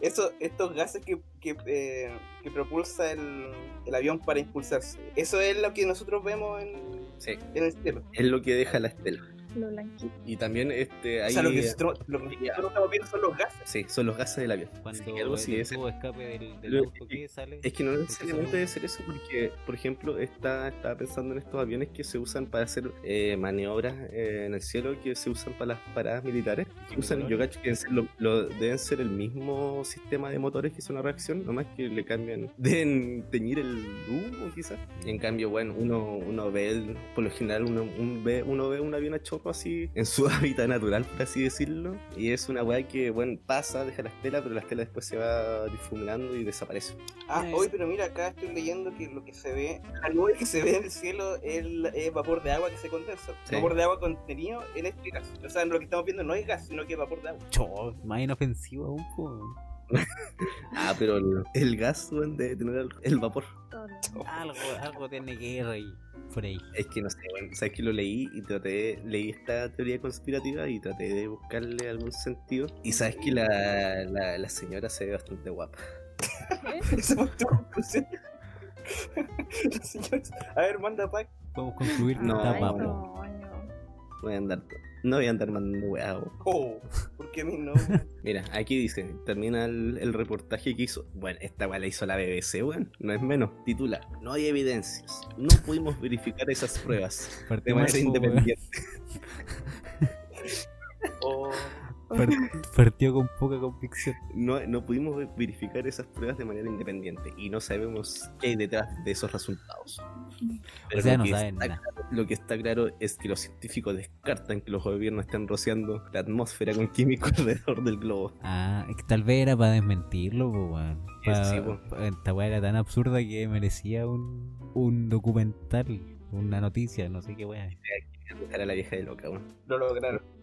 S3: Eso, estos gases que, que, eh, que propulsa el, el avión para impulsarse. Eso es lo que nosotros vemos en,
S1: Sí.
S3: en el cielo.
S1: Es lo que deja la estela.
S4: Lo blanquito.
S1: Y también este ahí
S3: o sea, lo que nosotros, lo que nosotros estamos viendo son los gases.
S1: sí, son los gases del avión.
S2: Cuando
S1: Sí, algo así,
S2: el
S1: ese-
S2: tubo de escape del, del
S1: Lo-
S2: auto que sale.
S1: Es que no
S2: Porque
S1: necesariamente
S2: son-
S1: debe ser eso porque, por ejemplo, está, estaba pensando en estos aviones que se usan para hacer eh, maniobras eh, en el cielo, que se usan para las paradas militares. Que usan, yo cacho que deben ser, lo- lo- deben ser el mismo sistema de motores que es una reacción, nomás que le cambian, deben teñir el humo quizás. Y en cambio, bueno, uno, uno ve, el- por lo general, uno, un ve, uno ve un avión a chorro así, en su hábitat natural, por así decirlo. Y es una weá que, bueno, pasa, deja la estela, pero la estela después se va difuminando y desaparece.
S3: Ah,
S2: Eh,
S3: hoy, pero mira, acá estoy leyendo que lo que se ve, la nube que se ve en el cielo es el- es vapor de agua que se condensa.
S1: Sí.
S3: Vapor de agua contenido en este gas. O sea, lo que estamos viendo no es gas, sino que es vapor de agua.
S2: Choo, más inofensivo aún, po.
S1: Ah, pero el, el gas weón, debe tener el, el vapor.
S2: Algo, algo tiene que ir ahí, por ahí.
S1: Es que no sé, weón, sabes que lo leí y traté, leí esta teoría conspirativa y traté de buscarle algún sentido. Y sabes que la, la, la señora se ve bastante guapa.
S3: Esa fue tu conclusión. Los señores- A ver, manda pack.
S2: Podemos concluir que
S1: No,
S2: está
S1: Ay,
S2: guapo.
S1: no. Voy a andar, no voy a andar mandando weá, weón.
S3: Oh, ¿por qué a mí no?
S1: Mira, aquí dice, termina el, el reportaje que hizo. Bueno, esta weá la hizo la BBC, weón. No es menos. Titular, no hay evidencias. No pudimos verificar esas pruebas de
S2: Partimos,
S1: manera
S2: po, weón.
S1: independiente.
S3: Oh,
S2: Par- partió con poca convicción.
S1: No, no pudimos ver- verificar esas pruebas de manera independiente y no sabemos qué hay detrás de esos resultados. Pero
S2: o sea,
S1: lo
S2: no
S1: que
S2: saben
S1: está
S2: nada.
S1: claro- Lo que está claro es que los científicos descartan que los gobiernos estén rociando la atmósfera con químicos alrededor del globo.
S2: Ah, es que tal vez era para desmentirlo, po, weón.
S1: Sí,
S2: Pa-
S1: sí, po.
S2: pa- Esta weá era tan absurda que merecía un, un documental, una noticia, no sé qué weá.
S1: Dejar a la vieja de loca, weón.
S3: lo lograron.